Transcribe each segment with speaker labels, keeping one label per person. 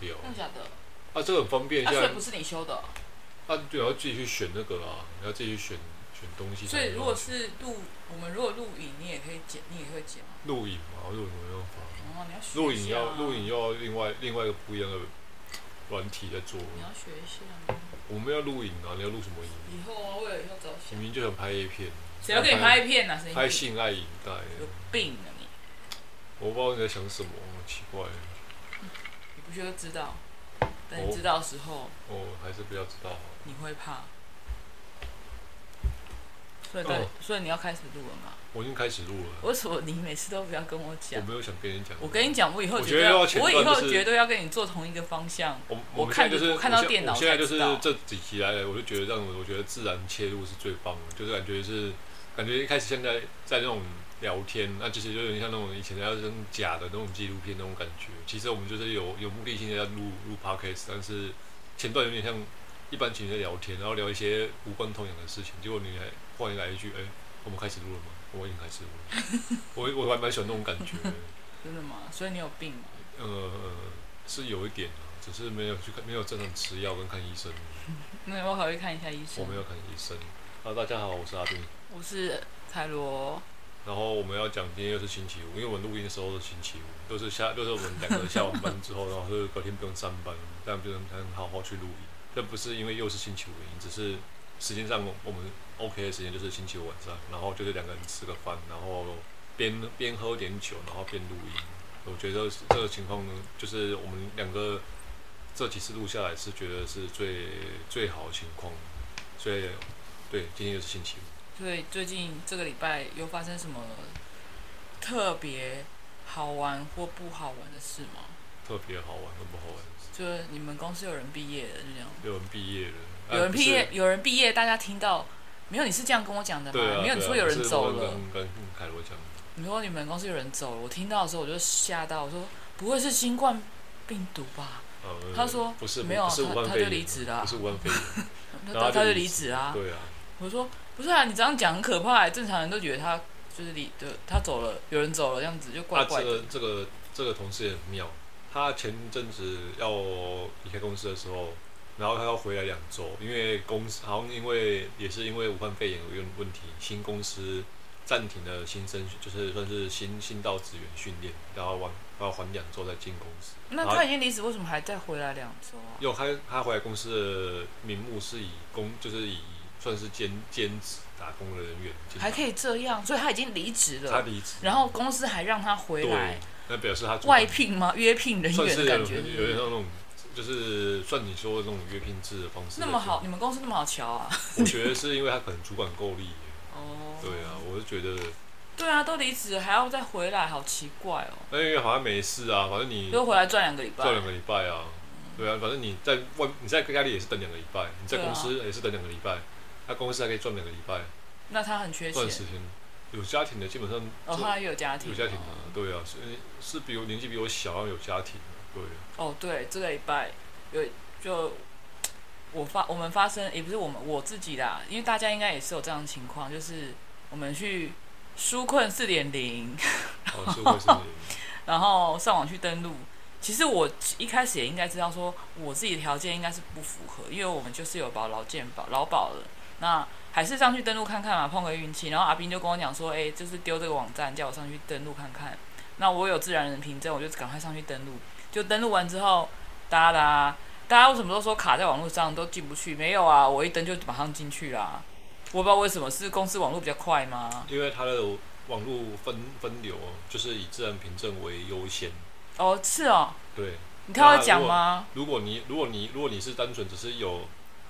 Speaker 1: 有
Speaker 2: 真的假的？
Speaker 1: 啊，这个很方便，
Speaker 2: 啊，
Speaker 1: 现
Speaker 2: 所
Speaker 1: 在
Speaker 2: 以不是你修的哦、
Speaker 1: 啊，对，要自己去选那个啊，你要自己去选选东西才
Speaker 2: 所
Speaker 1: 能用。
Speaker 2: 以如果是录，我们如果录影，你也可以剪，你也会剪吗？
Speaker 1: 录影嘛，录影没办法，
Speaker 2: 哦，你要学
Speaker 1: 录
Speaker 2: 一
Speaker 1: 影
Speaker 2: 下
Speaker 1: 要
Speaker 2: 啊
Speaker 1: 录影，要另外另外一个不一样的软体在做。
Speaker 2: 你要学一下啊。
Speaker 1: 我们要录影啊，你要录什么影？
Speaker 2: 以后啊，为了以后着想
Speaker 1: 明，明就想拍 A 片，
Speaker 2: 谁要给你拍片呢、啊？神经
Speaker 1: 拍
Speaker 2: 病
Speaker 1: 性爱影带，
Speaker 2: 有病啊你！
Speaker 1: 我不知道你在想什么，奇怪
Speaker 2: 你不学就知道，等你
Speaker 1: 哦
Speaker 2: 知道的时候，
Speaker 1: 哦，还是不要知道好。
Speaker 2: 你会怕。所以到底、
Speaker 1: 哦
Speaker 2: 所以你要开始录了吗？
Speaker 1: 我已经开始录了，
Speaker 2: 为什么你每次都不要跟我
Speaker 1: 我
Speaker 2: 讲？
Speaker 1: 没有想跟你讲。
Speaker 2: 我跟你讲，我以后
Speaker 1: 我
Speaker 2: 绝对
Speaker 1: 觉得
Speaker 2: 要
Speaker 1: 要前
Speaker 2: 我
Speaker 1: 段
Speaker 2: 以后
Speaker 1: 就是
Speaker 2: 绝对要跟你做同一个方向。
Speaker 1: 我
Speaker 2: 我
Speaker 1: 我们现在就是
Speaker 2: 看我看到
Speaker 1: 我现
Speaker 2: 电脑
Speaker 1: 我现在就
Speaker 2: 才
Speaker 1: 是
Speaker 2: 知道
Speaker 1: 这几集来了，我就觉得这样，我觉得自然切入是最棒的，就是感觉是感觉一开始现在在那种聊天，那其实就有点像那种以前要是那种假的那种纪录片那种感觉。其实我们就是有有目的性的在录录 podcast，但是前段有点像一般情侣在聊天，然后聊一些无关痛痒的事情，结果你还忽然来一句，哎、我们开始录了吗？我已经开始录了，我我还蛮喜欢那种感觉的。
Speaker 2: 真的吗？所以你有病吗？
Speaker 1: 呃，是有一点啊，只是没有去看，没有正常吃药跟看医生。
Speaker 2: 那你要不要考虑看一下医
Speaker 1: 我
Speaker 2: 生？
Speaker 1: 没有看医生。啊，大家好，我是阿斌。
Speaker 2: 我是泰罗，
Speaker 1: 然后我们要讲今天又是星期五，因为我们录音的时候是星期五，都是下，就是我们两个下完班之后，然后就是隔天不用上班，但不能能好好去录音。这不是因为又是星期五的原因，只是时间上我我们 OK 的时间就是星期五晚上，然后就是两个人吃个饭，然后边边喝点酒，然后边录音。我觉得这个情况呢，就是我们两个这几次录下来是觉得是最最好的情况，所以对，今天又是星期五。
Speaker 2: 所以最近这个礼拜有发生什么特别好玩或不好玩的事吗？
Speaker 1: 特别好玩，很不好玩。
Speaker 2: 就是你们公司有人毕业了，就这样。
Speaker 1: 有人毕业了，啊
Speaker 2: 有人毕业，
Speaker 1: 不是
Speaker 2: 有人毕业，大家听到没有？你是这样跟我讲的吗？
Speaker 1: 对啊，
Speaker 2: 没有，你
Speaker 1: 对啊
Speaker 2: 说有人走
Speaker 1: 我是
Speaker 2: 了。
Speaker 1: 跟跟跟凯罗讲，
Speaker 2: 你说你们公司有人走了，我听到的时候我就吓到，我说不会是新冠病毒吧？
Speaker 1: 呃
Speaker 2: 他说
Speaker 1: 不是，
Speaker 2: 没有啊
Speaker 1: 不是
Speaker 2: 他
Speaker 1: 武汉
Speaker 2: 他
Speaker 1: 肺
Speaker 2: 就
Speaker 1: 炎
Speaker 2: 离职了啊
Speaker 1: 不是武汉肺炎，
Speaker 2: 那
Speaker 1: 然后他
Speaker 2: 他他
Speaker 1: 就
Speaker 2: 就
Speaker 1: 离
Speaker 2: 离职啊。
Speaker 1: 对啊，
Speaker 2: 我说不是啊，你这样讲很可怕、正常人都觉得他就是离的，他走了，有人走了，这样子就怪
Speaker 1: 那
Speaker 2: 怪
Speaker 1: 这
Speaker 2: 的。
Speaker 1: 个啊这个这个同事也很妙，他前阵子要离开公司的时候，然后他要回来两周，因为公司好像因为也是因为武汉肺炎有问题，新公司暂停了新生就是算是新新到职员训练，然后完要还两周再进公司。
Speaker 2: 那
Speaker 1: 然后
Speaker 2: 他已经离职，为什么还再回来两周啊？
Speaker 1: 有他他回来公司的名目是以工，就是以算是兼兼职打工的人员进来，
Speaker 2: 还可以这样，所以他已经离职
Speaker 1: 他
Speaker 2: 了，
Speaker 1: 离职，
Speaker 2: 然后公司还让他回来
Speaker 1: 对，，那表示他主管
Speaker 2: 外聘吗？约聘人
Speaker 1: 算
Speaker 2: 员
Speaker 1: 是
Speaker 2: 的
Speaker 1: 有
Speaker 2: 感觉，
Speaker 1: 有点像那种，就是算你说的那种约聘制的方式。
Speaker 2: 那么好，，你们公司那么好瞧啊？
Speaker 1: 我觉得是因为他可能主管够力，
Speaker 2: 哦，
Speaker 1: 对啊，我就觉得，
Speaker 2: 对啊，都离职了还要再回来，好奇怪哦。
Speaker 1: 那因为好像没事啊，反正你
Speaker 2: 又回来赚两个礼拜
Speaker 1: 做，两个礼拜啊，对啊，反正你在外你在家里也是等两个礼拜，你在公
Speaker 2: 啊
Speaker 1: 司也是等两个礼拜，那公司还可以赚两个礼拜，
Speaker 2: 那他很缺钱
Speaker 1: 赚，十天。有家庭的基本上这
Speaker 2: 哦，他也有家庭，
Speaker 1: 有家庭啊，对啊，是是比我年纪比我小，然后有家庭啊， 对啊，
Speaker 2: 哦，对，这个礼拜有就我发我们发生也不是我们我自己啦，因为大家应该也是有这样的情况，就是我们去纾困四点零，
Speaker 1: 哦，是会是的，
Speaker 2: 然后上网去登录。其实我一开始也应该知道，说我自己的条件应该是不符合，因为我们就是有保劳健保、劳保的，那还是上去登录看看嘛，碰个运气。然后阿斌就跟我讲说，哎、就是丢这个网站，叫我上去登录看看。那我有自然人凭证，我就赶快上去登录。就登录完之后，哒哒，大家为什么都说卡在网络上都进不去？没有啊，我一登就马上进去啦。我不知道为什么，是公司网络比较快吗？
Speaker 1: 因为它的网络分分流就是以自然凭证为优先，
Speaker 2: 哦，是哦，
Speaker 1: 对，
Speaker 2: 你看我在
Speaker 1: 那
Speaker 2: 讲
Speaker 1: 如果
Speaker 2: 吗？
Speaker 1: 如果你如果你如果你是单纯只是有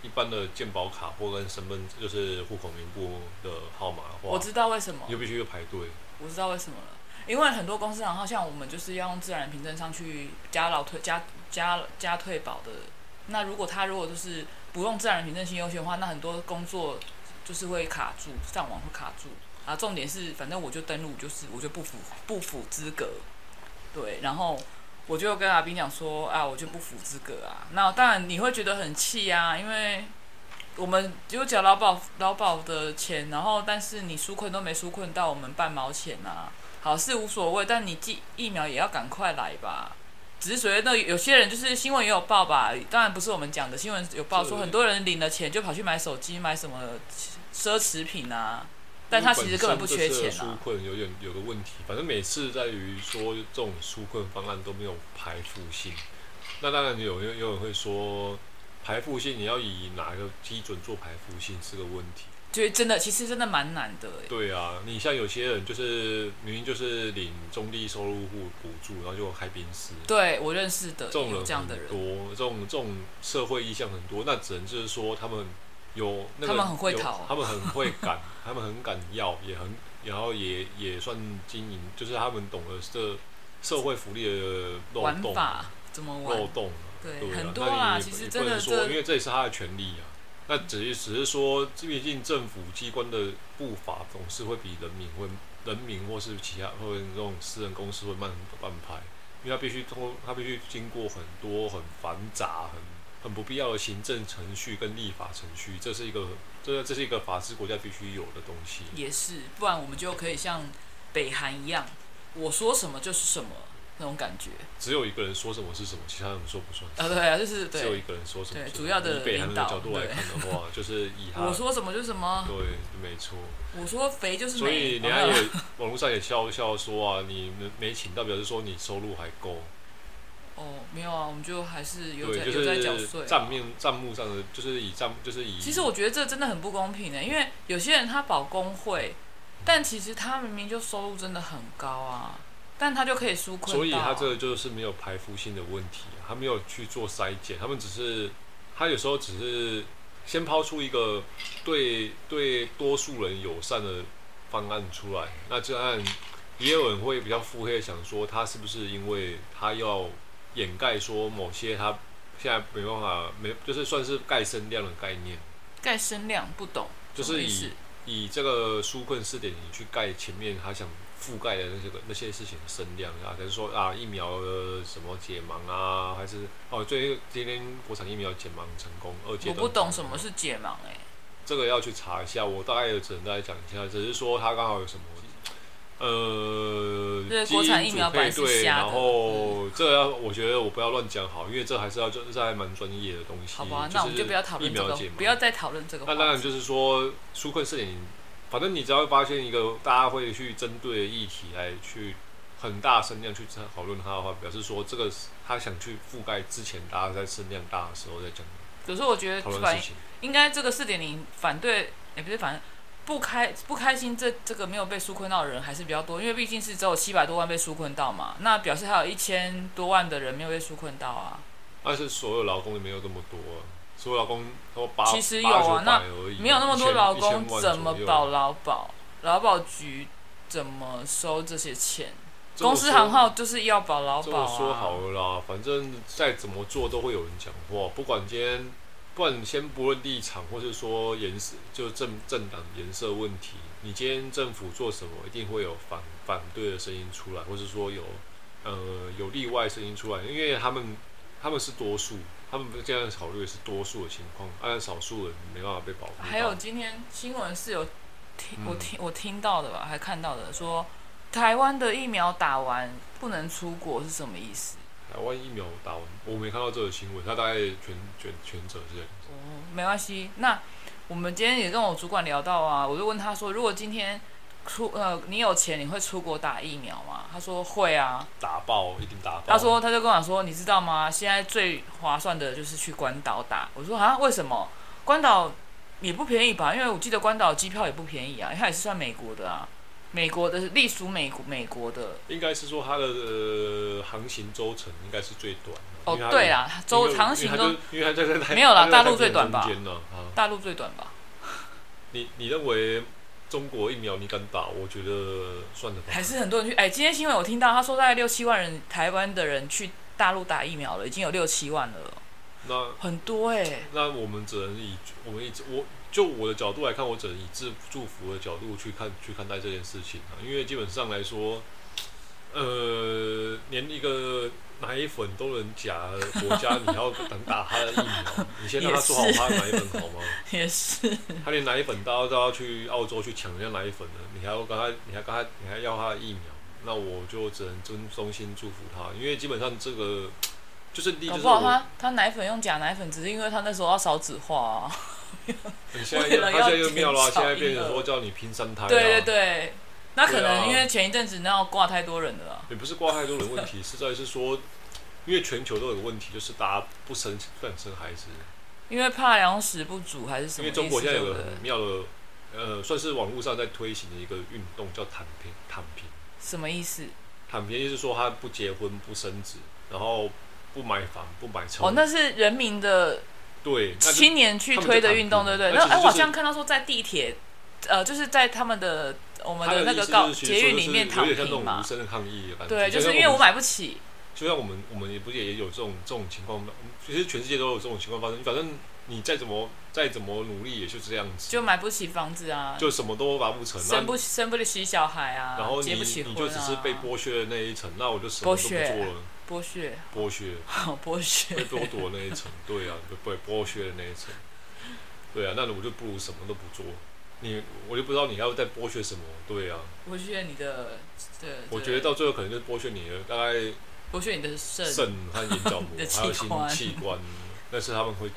Speaker 1: 一般的健保卡或跟身份就是户口名簿的号码的话，
Speaker 2: 我知道为什么
Speaker 1: 你。就必须要排队，
Speaker 2: 我知道为什么了，因为很多公司行号像我们就是要用自然人凭证上去加老退加加加退保的。那如果他如果就是不用自然人凭证新优先的话，那很多工作就是会卡住，上网会卡住。啊，重点是反正我就登录就是我就不符不符资格，对，然后。我就跟阿斌讲说啊，我就不符资格啊。那当然你会觉得很气啊，因为我们有缴劳保劳保的钱，然后但是你纾困都没纾困到我们半毛钱啊。好是无所谓，但你寄疫苗也要赶快来吧。只是所谓的有些人就是新闻也有报吧，当然不是我们讲的，新闻有报说
Speaker 1: 是
Speaker 2: 很多人领了钱就跑去买手机、买什么奢侈品啊，但他其实根本不缺钱
Speaker 1: 纾
Speaker 2: 啊。
Speaker 1: 困有点有个问题，反正每次在于说这种纾困方案都没有排付性。那当然有有有人会说，排付性你要以哪个基准做排付性是个问题。
Speaker 2: 觉得真的，其实真的蛮难的欸
Speaker 1: 对啊，你像有些人就是明明就是领中低收入户补助，然后就开宾士，
Speaker 2: 对我认识的
Speaker 1: 这种
Speaker 2: 有
Speaker 1: 人
Speaker 2: 这样的
Speaker 1: 很
Speaker 2: 人，
Speaker 1: 多，这种这种社会意向很多，那只能就是说他们有那个
Speaker 2: 他们很会
Speaker 1: 有
Speaker 2: 讨
Speaker 1: 他们很会敢，他们很敢要，也很然后也也算经营，就是他们懂得这社会福利的漏
Speaker 2: 玩
Speaker 1: 洞，啊
Speaker 2: 法怎么玩
Speaker 1: 漏？洞啊，
Speaker 2: 对
Speaker 1: 啊
Speaker 2: 很多
Speaker 1: 那你
Speaker 2: 啦
Speaker 1: 也
Speaker 2: 其
Speaker 1: 不
Speaker 2: 实
Speaker 1: 你
Speaker 2: 真
Speaker 1: 不能
Speaker 2: 的
Speaker 1: 说
Speaker 2: 这
Speaker 1: 因为这也是他的权利啊。那只是只是说，毕竟政府机关的步伐总是会比人民会人民或是其他或者这种私人公司会慢半拍，因为他必须通过他必须经过很多很繁杂、很很不必要的行政程序跟立法程序，这是一个这这是一个法治国家必须有的东西。
Speaker 2: 也是，不然我们就可以像北韩一样，我说什么就是什么那种感觉
Speaker 1: 只有一个人说什么是什么，其他人说不算。
Speaker 2: 啊，对啊，就是
Speaker 1: 只有一
Speaker 2: 对，
Speaker 1: 个人说什么
Speaker 2: 对
Speaker 1: 是什么。
Speaker 2: 主要的
Speaker 1: 以北韩
Speaker 2: 领
Speaker 1: 的
Speaker 2: 导
Speaker 1: 角度来看的话，就是 以他
Speaker 2: 我说什么就是什么，
Speaker 1: 对，没错。
Speaker 2: 我说肥哦就是
Speaker 1: 所
Speaker 2: 美，哦啊
Speaker 1: 以人家
Speaker 2: 有没有
Speaker 1: 也 网络上也笑笑说啊，你没没请到，表示说你收入还够。
Speaker 2: 哦，没有啊，我们就还是有在
Speaker 1: 对，就
Speaker 2: 有在缴税
Speaker 1: 是
Speaker 2: 啊。
Speaker 1: 账面账目上的，就是以账就是以。
Speaker 2: 其实我觉得这真的很不公平的，欸因为有些人他保工会，但其实他明明就收入真的很高啊，但他就可以纾困到啊。
Speaker 1: 所以他这个就是没有排付性的问题、啊，他没有去做筛检，他们只是他有时候只是先抛出一个对对多数人友善的方案出来，那这案也有人会比较腹黑，想说他是不是因为他要掩盖说某些他现在没办法没就是算是盖声量的概念，
Speaker 2: 盖声量不懂，
Speaker 1: 就
Speaker 2: 什么
Speaker 1: 是
Speaker 2: 意思
Speaker 1: 以以这个纾困试点，你去盖前面他想覆盖的那些个那些事情的声量啊，可能说啊疫苗的什么解盲啊，还是哦最今天国产疫苗解盲成功，二阶
Speaker 2: 我
Speaker 1: 段
Speaker 2: 不懂什
Speaker 1: 成功
Speaker 2: 么是解盲哎、
Speaker 1: 这个要去查一下，我大概只能大概讲一下，只是说它刚好有什么，呃，
Speaker 2: 对
Speaker 1: 基因
Speaker 2: 国产疫苗
Speaker 1: 组配
Speaker 2: 本来是
Speaker 1: 对，
Speaker 2: 瞎的嗯
Speaker 1: 然后这个要我觉得我不要乱讲好，因为这还是要这这还蛮专业的东西。
Speaker 2: 好吧，那我们就不要讨
Speaker 1: 疫
Speaker 2: 论这
Speaker 1: 苗
Speaker 2: 个
Speaker 1: 解，盲
Speaker 2: 不要再讨论这个话
Speaker 1: 那
Speaker 2: 题。
Speaker 1: 当然就是说，纾困四点零，反正你只要发现一个大家会去针对的议题来去很大声量去讨论它的话，表示说这个是他想去覆盖之前大家在声量大的时候在讲
Speaker 2: 可是我觉得
Speaker 1: 讨论的
Speaker 2: 反
Speaker 1: 事情。
Speaker 2: 应该这个四点零反对，也不是反不开不开心这这个没有被纾困到的人还是比较多，因为毕竟是只有七百多万被纾困到嘛，那表示还有一千多万的人没有被纾困到啊。
Speaker 1: 但是所有劳工也没有这么多、啊，所有劳工都八
Speaker 2: 其实有啊那
Speaker 1: 八九百而已啊
Speaker 2: 没有那么多劳
Speaker 1: 1000
Speaker 2: 工
Speaker 1: 1000万
Speaker 2: 怎么
Speaker 1: 左右啊
Speaker 2: 保劳保？劳保局怎么收这些钱？
Speaker 1: 这么
Speaker 2: 公司
Speaker 1: 说
Speaker 2: 行号就是要保劳
Speaker 1: 这
Speaker 2: 保
Speaker 1: 么
Speaker 2: 啊。
Speaker 1: 说好了啦，反正再怎么做都会有人讲话，不管今天，不管先不论立场，或是说颜色，就政政党颜色问题，你今天政府做什么，一定会有反反对的声音出来，或是说有呃有例外声音出来，因为他们他们是多数，他们这样考虑的是多数的情况，按少数人没办法被保护到。
Speaker 2: 还有今天新闻是有听、
Speaker 1: 嗯
Speaker 2: 我听我听到的吧，还看到的说，台湾的疫苗打完不能出国是什么意思？
Speaker 1: 台湾疫苗打完，我没看到这个新闻，他大概全全全责是这样。
Speaker 2: 哦，没关系。那我们今天也跟我主管聊到啊，我就问他说，如果今天出呃你有钱，你会出国打疫苗吗？他说会啊。
Speaker 1: 打爆一定打爆。
Speaker 2: 他说，他就跟我说，你知道吗？现在最划算的就是去关岛打。我说啊，为什么？关岛也不便宜吧？因为我记得关岛机票也不便宜啊，因为它也是算美国的啊，美国的隶属美国美国的。
Speaker 1: 应该是说它的、呃、航行周程应该是最短的。
Speaker 2: 哦
Speaker 1: 因为它，
Speaker 2: 对，啦，
Speaker 1: 因
Speaker 2: 周
Speaker 1: 为
Speaker 2: 航行
Speaker 1: 因为它就
Speaker 2: 都
Speaker 1: 因为它在在
Speaker 2: 没有啦
Speaker 1: 它就在
Speaker 2: 大陆最短吧
Speaker 1: 中间呢啊，
Speaker 2: 大陆最短吧？
Speaker 1: 你你认为中国疫苗你敢打？我觉得算了吧。
Speaker 2: 还是很多人去。哎，今天新闻我听到他说，大概六七万人台湾的人去大陆打疫苗了，已经有六七万了，
Speaker 1: 那
Speaker 2: 很多哎、
Speaker 1: 那我们只能以我们以我就我的角度来看，我只能以祝祝福的角度去看去看待这件事情啊，因为基本上来说，呃，连一个奶粉都能假的国 家，你要能打他的疫苗，你先让他做好他的奶粉好吗？
Speaker 2: 也是。
Speaker 1: 他连奶粉都要都要去澳洲去抢人家奶粉了，你还要跟他，你还跟他，你还要他的疫苗，那我就只能真衷心祝福他，因为基本上这个就是第一就
Speaker 2: 搞
Speaker 1: 是
Speaker 2: 不好
Speaker 1: 我，
Speaker 2: 他他奶粉用假奶粉，只是因为他那时候要少子化、啊。
Speaker 1: 你现在
Speaker 2: 为
Speaker 1: 又
Speaker 2: 了
Speaker 1: 他现在
Speaker 2: 要
Speaker 1: 又妙啦，
Speaker 2: 减少
Speaker 1: 现在变
Speaker 2: 婴
Speaker 1: 成
Speaker 2: 儿
Speaker 1: 说叫你拼三胎、啊，
Speaker 2: 对对对，那可
Speaker 1: 对啊
Speaker 2: 能因为前一阵子那要挂太多人了啊、
Speaker 1: 也不是挂太多人问题，实在是说，因为全球都有个问题，就是大家不生不想生孩子，
Speaker 2: 因为怕粮食不足还是什
Speaker 1: 因
Speaker 2: 么
Speaker 1: 为
Speaker 2: 意思？
Speaker 1: 中国现在有
Speaker 2: 对
Speaker 1: 个
Speaker 2: 不对
Speaker 1: 很妙的，呃，算是网络上在推行的一个运动，叫躺平。躺平，
Speaker 2: 什么意思？
Speaker 1: 躺平意思是说他不结婚、不生子，然后不买房、不买车。
Speaker 2: 哦，那是人民的
Speaker 1: 对，那就
Speaker 2: 青年去推的运动，
Speaker 1: 他
Speaker 2: 对
Speaker 1: 们
Speaker 2: 不
Speaker 1: 就躺平
Speaker 2: 对？
Speaker 1: 那
Speaker 2: 那
Speaker 1: 其实就是
Speaker 2: 哎，我好像看到说在地铁，呃，就是在他们的我们
Speaker 1: 他
Speaker 2: 的
Speaker 1: 的
Speaker 2: 那
Speaker 1: 意
Speaker 2: 个
Speaker 1: 思
Speaker 2: 告
Speaker 1: 就是
Speaker 2: 捷
Speaker 1: 说
Speaker 2: 运里
Speaker 1: 是
Speaker 2: 面躺
Speaker 1: 有点像那
Speaker 2: 平
Speaker 1: 种无
Speaker 2: 嘛。
Speaker 1: 声的抗议的感觉。
Speaker 2: 对，就是
Speaker 1: 像
Speaker 2: 因为我
Speaker 1: 们
Speaker 2: 买不起，
Speaker 1: 就像我们，我们也不是也有这种这种情况，其实全世界都有这种情况发生。反正你再怎么再怎么努力，也就这样子，
Speaker 2: 就买不起房子啊，
Speaker 1: 就什么都完不成。
Speaker 2: 生不生不起小孩啊，
Speaker 1: 然后你、
Speaker 2: 结不起婚
Speaker 1: 你
Speaker 2: 啊，
Speaker 1: 就只是被剥削的那一层，那我就什么
Speaker 2: 剥
Speaker 1: 都不做
Speaker 2: 削
Speaker 1: 了，
Speaker 2: 剥削，
Speaker 1: 剥削
Speaker 2: 好剥
Speaker 1: 被
Speaker 2: 削，
Speaker 1: 剥夺的那一层，对啊， 被被剥削的那一层，对啊，那我就不如什么都不做，你我就不知道你要再剥削什么，对啊，
Speaker 2: 剥削你的，对，
Speaker 1: 我
Speaker 2: 对
Speaker 1: 觉得到最后可能就是剥削你的大概
Speaker 2: 剥削你的肾，
Speaker 1: 肾和眼角
Speaker 2: 你
Speaker 1: 膜
Speaker 2: 的器
Speaker 1: 还有心
Speaker 2: 官
Speaker 1: 器官，那是他们会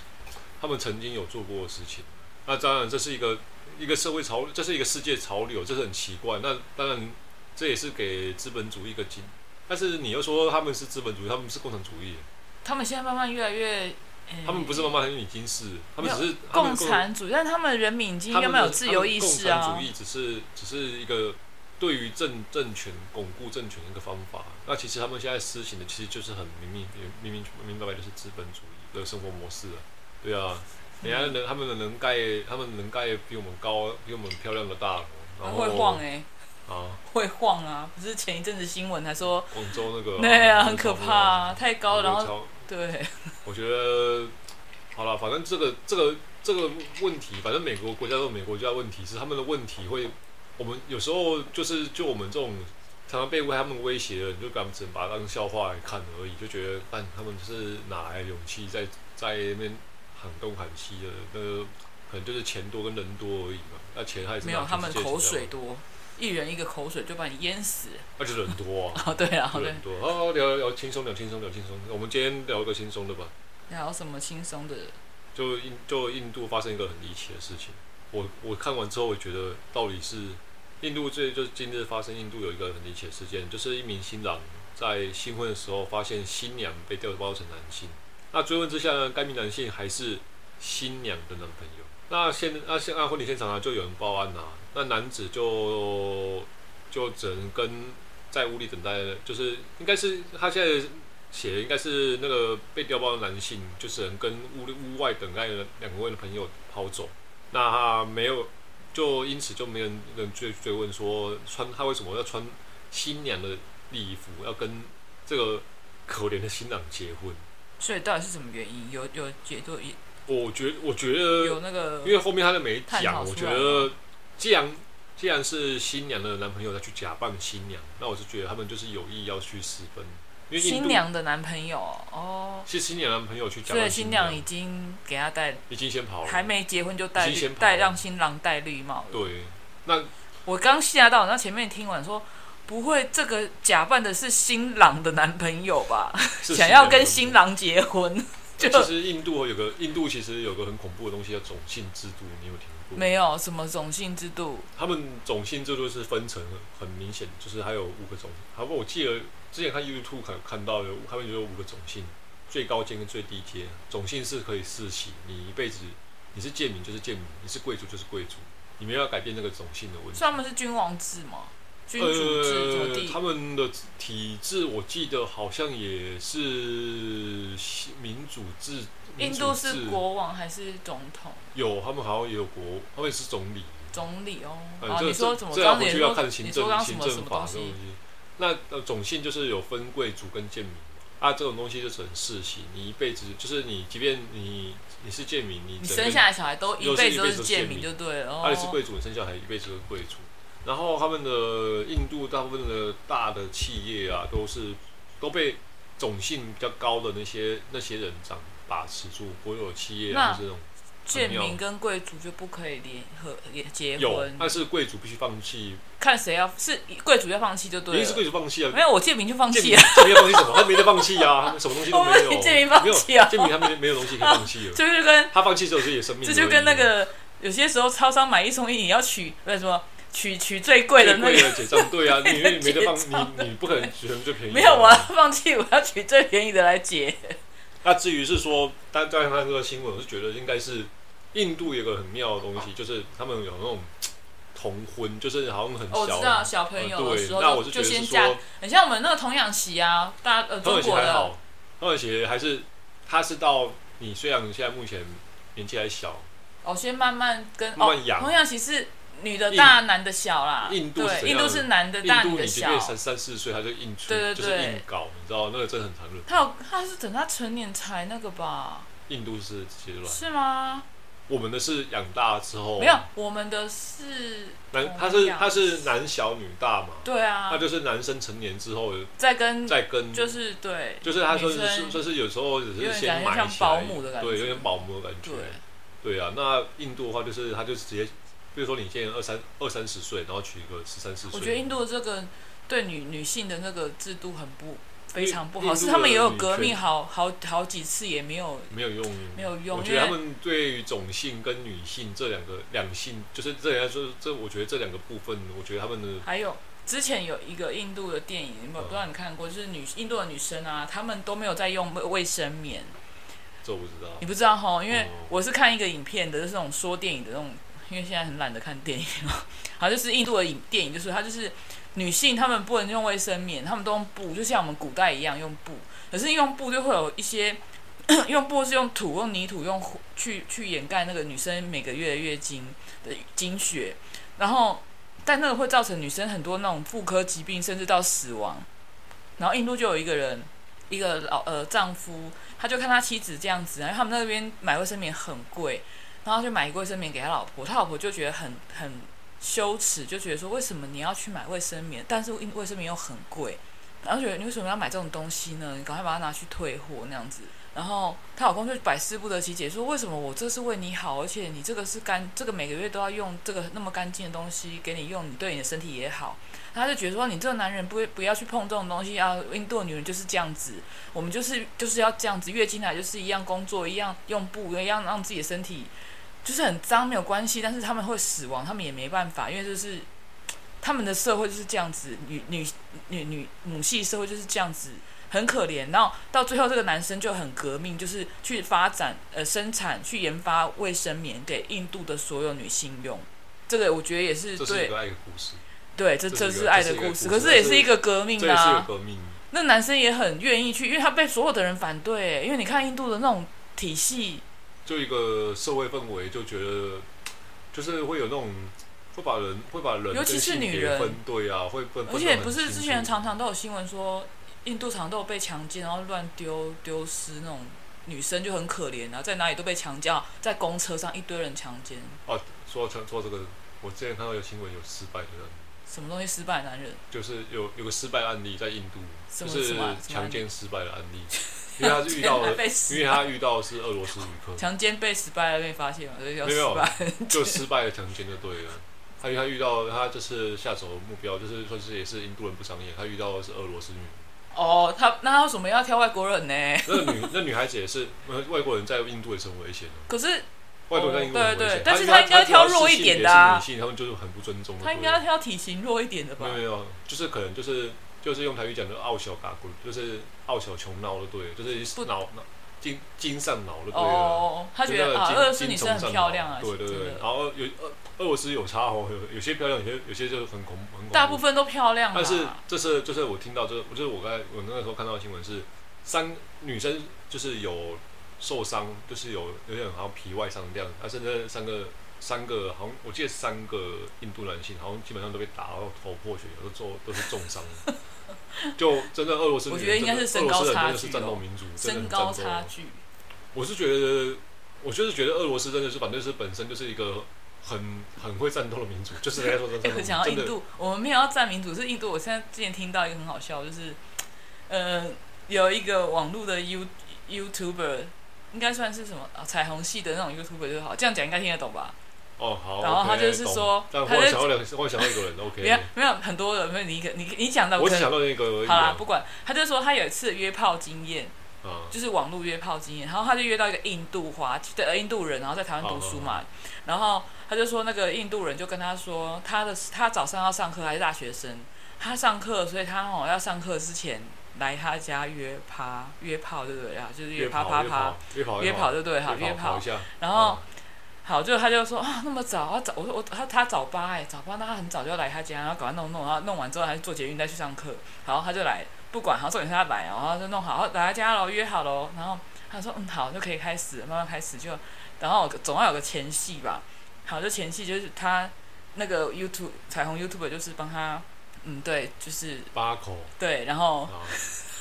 Speaker 1: 他们曾经有做过的事情。那当然这是一个一个社会潮，这是一个世界潮流，这是很奇怪。那当然这也是给资本主义一个金，但是你又说他们是资本主义，他们是共产主义，
Speaker 2: 他们现在慢慢越来越，呃
Speaker 1: 他们不是慢慢已经是，他们只是他们
Speaker 2: 共产主义，但他们人民已经
Speaker 1: 他
Speaker 2: 慢
Speaker 1: 们
Speaker 2: 慢有
Speaker 1: 的
Speaker 2: 自
Speaker 1: 他
Speaker 2: 由
Speaker 1: 们
Speaker 2: 意
Speaker 1: 共
Speaker 2: 识
Speaker 1: 产
Speaker 2: 啊
Speaker 1: 主，义只是只是一个对于政政权巩固政权的一个方法。那其实他们现在施行的其实就是很明明明明明白白就是资本主义的生活模式啊。对啊，
Speaker 2: 嗯
Speaker 1: 人家能他们的能盖他们能盖比我们高比我们漂亮的大楼，然后
Speaker 2: 会晃哎、
Speaker 1: 啊，
Speaker 2: 会晃啊！不是前一阵子新闻还说，
Speaker 1: 广州那个
Speaker 2: 对啊，很可怕啊，太
Speaker 1: 然
Speaker 2: 高，然后
Speaker 1: 啊
Speaker 2: 对，
Speaker 1: 我觉得好了，反正这个这个这个问题，反正美国国家都有美国国家的问题，是他们的问题会，我们有时候就是就我们这种常常被威他们威胁的人，就敢只能把它当笑话来看而已，就觉得但他们是哪来的勇气在在那边喊东喊西的，那个可能就是钱多跟人多而已嘛，那钱还是拿
Speaker 2: 没有
Speaker 1: 全
Speaker 2: 他们
Speaker 1: 世界
Speaker 2: 口
Speaker 1: 钱
Speaker 2: 水
Speaker 1: 在
Speaker 2: 多，一人一个口水就把你淹死。
Speaker 1: 玩，而且人多啊。
Speaker 2: 哦，对啊，
Speaker 1: 就
Speaker 2: 对
Speaker 1: 人，多，好好聊聊轻松，聊轻松，聊轻松。我们今天聊一个轻松的吧。
Speaker 2: 然后什么轻松的，
Speaker 1: 就印就印度发生一个很离奇的事情，我我看完之后，我觉得到底是印度最就是近日发生印度有一个很离奇的事件，就是一名新郎在新婚的时候发现新娘被调包成男性，那追问之下呢，该名男性还是新娘的男朋友。那现那现那婚礼现场呢，就有人报案啊，那男子就就只能跟在屋里等待，就是应该是他现在写的应该是那个被调包的男性，就只能跟屋里屋外等待的两位的朋友跑走。那他没有，就因此就没人人追追问说穿他为什么要穿新娘的礼服，要跟这个可怜的新郎结婚。
Speaker 2: 所以到底是什么原因？有有解就
Speaker 1: 我觉我觉得
Speaker 2: 有那个
Speaker 1: 呃因为后面他就没
Speaker 2: 探讨
Speaker 1: 讲，我
Speaker 2: 出
Speaker 1: 觉
Speaker 2: 来
Speaker 1: 得既然既然是新娘的男朋友他去假扮新娘，那我是觉得他们就是有意要去私奔，因为印
Speaker 2: 新
Speaker 1: 度
Speaker 2: 娘的男朋友哦，
Speaker 1: 是新娘男朋友去假
Speaker 2: 所以
Speaker 1: 扮
Speaker 2: 新
Speaker 1: 娘
Speaker 2: 娘，已经给他戴，
Speaker 1: 已经先跑了，
Speaker 2: 还没结婚就戴
Speaker 1: 已经先跑
Speaker 2: 戴
Speaker 1: 了
Speaker 2: 让新郎戴绿帽了。
Speaker 1: 对，那
Speaker 2: 我刚吓到，然后前面听完说。不会，这个假扮的是新郎的男朋友吧？
Speaker 1: 是
Speaker 2: 想要跟新。郎结婚，就
Speaker 1: 其实印度有个印度其实有个很恐怖的东西叫种姓制度，你有听过？
Speaker 2: 没有什么种姓制度。
Speaker 1: 他们种姓制度是分成很很明显，就是还有五个种。好不，我记得之前看 YouTube 看看到有他们就有五个种姓，最高阶跟最低阶。种姓是可以世袭，你一辈子你是贱民就是贱民，你是贵族就是贵族，你没有要改变那个种姓的问题
Speaker 2: 所。以他们是君王制嘛，君主制什么
Speaker 1: 呃，他
Speaker 2: 地？
Speaker 1: 们的体制我记得好像也是民主制，民
Speaker 2: 印
Speaker 1: 主
Speaker 2: 度
Speaker 1: 制
Speaker 2: 是国王还是总统、
Speaker 1: 有，他们好像也有国，他们也是总理。
Speaker 2: 总理哦？
Speaker 1: 嗯
Speaker 2: 啊，
Speaker 1: 这
Speaker 2: 你说怎么？
Speaker 1: 这要
Speaker 2: 刚
Speaker 1: 回
Speaker 2: 你
Speaker 1: 去要
Speaker 2: 说
Speaker 1: 看行
Speaker 2: 你说
Speaker 1: 政
Speaker 2: 刚什
Speaker 1: 行
Speaker 2: 么什
Speaker 1: 政
Speaker 2: 么
Speaker 1: 法这种
Speaker 2: 东
Speaker 1: 东
Speaker 2: 西？
Speaker 1: 西。那呃，种姓就是有分贵族跟贱民嘛啊，这种东西就只能世袭，你一辈子就是你，即便你你是贱民，你
Speaker 2: 你
Speaker 1: 整
Speaker 2: 生
Speaker 1: 个
Speaker 2: 下来小孩都一辈子都
Speaker 1: 有时候一
Speaker 2: 是
Speaker 1: 辈子都是贱
Speaker 2: 贱
Speaker 1: 民
Speaker 2: 民就对了。
Speaker 1: 阿里是
Speaker 2: 哦，
Speaker 1: 贵族，你生下来一辈子都是贵族。然后他们的印度大部分的大的企业啊，都是都被种姓比较高的那些那些人掌把持住，国有企业啊
Speaker 2: 那
Speaker 1: 这种。
Speaker 2: 贱
Speaker 1: 很
Speaker 2: 民
Speaker 1: 妙
Speaker 2: 跟贵族就不可以联合也结
Speaker 1: 有
Speaker 2: 婚，，
Speaker 1: 但是贵族必须放弃，
Speaker 2: 看谁要是贵族要放弃就
Speaker 1: 一
Speaker 2: 对
Speaker 1: 定是
Speaker 2: 了。
Speaker 1: 贵族放弃啊。
Speaker 2: 没有，我贱民就放
Speaker 1: 建
Speaker 2: 弃
Speaker 1: 民
Speaker 2: 了，
Speaker 1: 他没有放弃什么，他没得放弃 啊，他们什么东西都没
Speaker 2: 我
Speaker 1: 有。
Speaker 2: 们建民放弃
Speaker 1: 没有
Speaker 2: 啊
Speaker 1: 建民他没没有东西可以放弃了，
Speaker 2: 就是跟
Speaker 1: 他放弃只有自己的生命而
Speaker 2: 这
Speaker 1: 已。
Speaker 2: 就跟那个有些时候超商买一送一，你要取那什么取取最贵的
Speaker 1: 最
Speaker 2: 那
Speaker 1: 贵
Speaker 2: 个，
Speaker 1: 的结账，对啊，你因为你没得放
Speaker 2: 结，账
Speaker 1: 你你不可能选最便宜的。啊
Speaker 2: 没有，啊我要放弃，我要取最便宜的来结。
Speaker 1: 那至于是说，但当然看这个新闻，我是觉得应该是印度有个很妙的东西，就是他们有那种童婚，就是好像很小，
Speaker 2: 哦我知道小朋
Speaker 1: 呃
Speaker 2: 友的
Speaker 1: 对，
Speaker 2: 时候
Speaker 1: 那我
Speaker 2: 就是
Speaker 1: 觉
Speaker 2: 就
Speaker 1: 得是
Speaker 2: 先嫁
Speaker 1: 说，，
Speaker 2: 很像我们那个童养媳啊，大呃
Speaker 1: 他
Speaker 2: 中
Speaker 1: 们其实
Speaker 2: 国
Speaker 1: 还
Speaker 2: 的
Speaker 1: 好，他们其实还是他是到你虽然现在目前年纪还小，
Speaker 2: 哦，先慢慢跟
Speaker 1: 慢慢养
Speaker 2: 哦，童养媳是女的
Speaker 1: 印
Speaker 2: 大，男的小啦。
Speaker 1: 印度是
Speaker 2: 对，
Speaker 1: 怎
Speaker 2: 印
Speaker 1: 样
Speaker 2: 度
Speaker 1: 的
Speaker 2: 是男的
Speaker 1: 印
Speaker 2: 大，
Speaker 1: 度
Speaker 2: 女的
Speaker 1: 你即
Speaker 2: 小。
Speaker 1: 便三三四岁，他就硬出，
Speaker 2: 对对
Speaker 1: 就是
Speaker 2: 对
Speaker 1: 硬搞，你知道那个真的很常论。
Speaker 2: 他有，他是等他成年才那个吧？
Speaker 1: 印度是直接乱，哦
Speaker 2: 是吗？
Speaker 1: 我们的是养大之后
Speaker 2: 没有，我们的是
Speaker 1: 男，他是
Speaker 2: 同样
Speaker 1: 他是男小女大嘛，
Speaker 2: 对
Speaker 1: 那
Speaker 2: 啊，
Speaker 1: 就是男生成年之后
Speaker 2: 在跟
Speaker 1: 再跟
Speaker 2: 就是对，
Speaker 1: 就是他说
Speaker 2: 女
Speaker 1: 是
Speaker 2: 生
Speaker 1: 说是有时候只
Speaker 2: 有
Speaker 1: 是
Speaker 2: 点
Speaker 1: 先
Speaker 2: 感觉
Speaker 1: 买
Speaker 2: 像
Speaker 1: 起
Speaker 2: 保
Speaker 1: 来，
Speaker 2: 姆的感
Speaker 1: 对，
Speaker 2: 觉
Speaker 1: 有点保姆的感觉。
Speaker 2: 对
Speaker 1: 对啊，那印度的话就是他就直接，比如说你现在二三二三十岁，然后娶一个十三四岁的，
Speaker 2: 我觉得印度这个对女女性的那个制度很不非常不
Speaker 1: 印
Speaker 2: 好，
Speaker 1: 度
Speaker 2: 是他们也有
Speaker 1: 的
Speaker 2: 革
Speaker 1: 女
Speaker 2: 命
Speaker 1: 权
Speaker 2: 好好好几次也没有
Speaker 1: 没有用，
Speaker 2: 没有用
Speaker 1: 我觉
Speaker 2: 因
Speaker 1: 得
Speaker 2: 为
Speaker 1: 他们对于种性跟女性这两个两性，就是这两就是这，我觉得这两个部分，我觉得他们的
Speaker 2: 还有之前有一个印度的电影，你们
Speaker 1: 嗯
Speaker 2: 不知道你看过，就是女印度的女生啊，她们都没有在用卫卫生棉，
Speaker 1: 这我不知道。
Speaker 2: 你不知道哈，因为
Speaker 1: 哦
Speaker 2: 我是看一个影片的，就是那种说电影的那种，因为现在很懒得看电影了， 好像就是印度的影电影，就是它就是女性她们不能用卫生棉，她们都用布，就像我们古代一样用布，可是用布就会有一些。 用布是用土、用泥土、用火去去掩盖那个女生每个月的月经的经血，然后但那个会造成女生很多那种妇科疾病，甚至到死亡。然后印度就有一个人，一个老呃丈夫，他就看他妻子这样子，然啊后他们那边买卫生棉很贵，然后就买一个卫生棉给他老婆，他老婆就觉得很很羞耻，就觉得说为什么你要去买卫生棉？但是因卫生棉又很贵，然后觉得你为什么要买这种东西呢？你赶快把它拿去退货那样子。然后她老公就百思不得其解，说为什么我这是为你好，而且你这个是干，这个每个月都要用这个那么干净的东西给你用，你对你的身体也好。他就觉得说你这个男人不会不要去碰这种东西啊，印度的女人就是这样子，我们就是就是要这样子，月经来就是一样工作，一样用布，一样让自己的身体就是很脏没有关系，但是他们会死亡，他们也没办法，因为就是他们的社会就是这样子，女女女女母系社会就是这样子，很可怜。然后到最后，这个男生就很革命，就是去发展呃生产，去研发卫生棉给印度的所有女性用。这个我觉得也是
Speaker 1: 这是一
Speaker 2: 对
Speaker 1: 个爱的故事，
Speaker 2: 对，这
Speaker 1: 这是一个
Speaker 2: 是爱
Speaker 1: 这
Speaker 2: 的
Speaker 1: 是一个
Speaker 2: 故事，
Speaker 1: 故
Speaker 2: 可
Speaker 1: 事
Speaker 2: 是也
Speaker 1: 这
Speaker 2: 是
Speaker 1: 是
Speaker 2: 一个革命
Speaker 1: 这也是一
Speaker 2: 啊
Speaker 1: 个。革命。
Speaker 2: 那男生也很愿意去，因为他被所有的人反对，因为你看印度的那种体系，
Speaker 1: 就一个社会氛围，就觉得就是会有那种会把人会把人
Speaker 2: 尤其
Speaker 1: 跟
Speaker 2: 是
Speaker 1: 性
Speaker 2: 女
Speaker 1: 别
Speaker 2: 人
Speaker 1: 分对啊，会分，
Speaker 2: 而
Speaker 1: 分
Speaker 2: 且
Speaker 1: 得很
Speaker 2: 不是之
Speaker 1: 清
Speaker 2: 前
Speaker 1: 楚
Speaker 2: 常常都有新闻说，印度常都有被强奸，然后乱丢丢失那种女生就很可怜啊，在哪里都被强奸，在公车上一堆人强奸，
Speaker 1: 哦，说到说到这个，我之前看到有新闻有失败的人，
Speaker 2: 什么东西失败的男人，
Speaker 1: 就是有有个失败案例在印度，
Speaker 2: 什
Speaker 1: 就
Speaker 2: 么
Speaker 1: 是
Speaker 2: 什么啊什么
Speaker 1: 强
Speaker 2: 案例
Speaker 1: 奸失败的案 例，因为他是遇到了，
Speaker 2: 被
Speaker 1: 因
Speaker 2: 死
Speaker 1: 为他遇到的是俄罗斯旅客，
Speaker 2: 强奸被失败了被发现嘛，所以叫
Speaker 1: 没
Speaker 2: 失
Speaker 1: 有
Speaker 2: 败。
Speaker 1: 就失败的强奸就对了。他因为他遇到他就是下手的目标就是算是也是印度人不长眼，他遇到的是俄罗斯女人
Speaker 2: 哦，他那他为什么要挑外国人呢？
Speaker 1: 那女那女孩子也是，呃外国人在印度也是很危险的。
Speaker 2: 可是
Speaker 1: 外国人在印度很危险
Speaker 2: 哦对对
Speaker 1: 他
Speaker 2: 但是
Speaker 1: 他
Speaker 2: 他应该
Speaker 1: 他只要
Speaker 2: 挑弱
Speaker 1: 是
Speaker 2: 一
Speaker 1: 性
Speaker 2: 点
Speaker 1: 别
Speaker 2: 的
Speaker 1: 是
Speaker 2: 啊
Speaker 1: 女性他们就是很不尊重的。
Speaker 2: 他应该要挑体型弱一点的吧
Speaker 1: 没？有没有，就是可能就是就是用台语讲就傲小嘎咕，就是傲小穷闹就对了，就是
Speaker 2: 不
Speaker 1: 脑脑精精上脑就对了。
Speaker 2: 哦，他
Speaker 1: 就
Speaker 2: 觉得
Speaker 1: 那个
Speaker 2: 啊，
Speaker 1: 精
Speaker 2: 俄罗斯女生很
Speaker 1: 精虫上
Speaker 2: 漂
Speaker 1: 脑
Speaker 2: 亮啊，
Speaker 1: 对对
Speaker 2: 真
Speaker 1: 对哦
Speaker 2: 的。
Speaker 1: 然后有俄俄罗斯有差哦，有有些漂亮，有些有些就很恐很恐怖。
Speaker 2: 大部分都漂亮啦。
Speaker 1: 但是这是就是我听到这，就是我刚才我那个时候看到的新闻是，三女生就是有受伤，就是有有点好像皮外伤这样，但是那三个三个好像我记得三个印度男性好像基本上都被打到头破血流，都做都是重 伤。就真的俄罗斯女人，
Speaker 2: 我觉得应该是身
Speaker 1: 真的
Speaker 2: 高
Speaker 1: 俄罗斯人
Speaker 2: 差
Speaker 1: 真
Speaker 2: 距哦
Speaker 1: 的是战斗民族，真的
Speaker 2: 身
Speaker 1: 很
Speaker 2: 高
Speaker 1: 战斗哦
Speaker 2: 差距，
Speaker 1: 我是觉得，我就是觉得俄罗斯真的是反正是本身就是一个很很会战斗的民族，就是人家说战
Speaker 2: 哎
Speaker 1: 斗
Speaker 2: 我
Speaker 1: 民
Speaker 2: 讲到
Speaker 1: 族，真
Speaker 2: 印
Speaker 1: 的
Speaker 2: 度，我们没有要占民主，是印度。我现在之前听到一个很好笑，就是，呃，有一个网络的 You YouTuber，应该算是什么、啊、彩虹系的那种 YouTube 就好，这样讲应该听得懂吧？
Speaker 1: 哦，好。
Speaker 2: 然后他
Speaker 1: OK，
Speaker 2: 就是
Speaker 1: 懂
Speaker 2: 说
Speaker 1: 但
Speaker 2: 他
Speaker 1: 我
Speaker 2: 就
Speaker 1: 想到两，我想到一个人
Speaker 2: 没有
Speaker 1: ，OK，
Speaker 2: 没有很多人，没有你一个你你讲到
Speaker 1: 我
Speaker 2: 可
Speaker 1: 只
Speaker 2: 能
Speaker 1: 想到那个而已
Speaker 2: 好啦
Speaker 1: 啊。，
Speaker 2: 不管，他就说他有一次约炮经验，
Speaker 1: 啊，
Speaker 2: 就是网络约炮经验，然后他就约到一个印度华的印度人，然后在台湾读书嘛，然后他就说那个印度人就跟他说，他的他早上要上课，还是大学生，他上课，所以他好像要上课之前来他家约趴约炮，对不对啊？就是约趴趴趴，
Speaker 1: 约跑
Speaker 2: 约
Speaker 1: 跑
Speaker 2: 炮，对不对？好，约
Speaker 1: 跑
Speaker 2: 炮
Speaker 1: 一，下。啊
Speaker 2: 然后。好，就他就说啊，那么早啊，早我说我他他早八哎、早八，那他很早就要来他家，然后赶快弄弄，然后弄完之后还去做捷运再去上课，然后他就来，不管，好重点是他来，然后他就弄好，好来他家喽，约好喽，然后他说嗯好，就可以开始，慢慢开始就，然后有个总要有个前戏吧，好，就前戏就是他那个 YouTube 彩虹 YouTube 就是帮他，嗯对，就是
Speaker 1: 八口
Speaker 2: 对，然后
Speaker 1: 啊，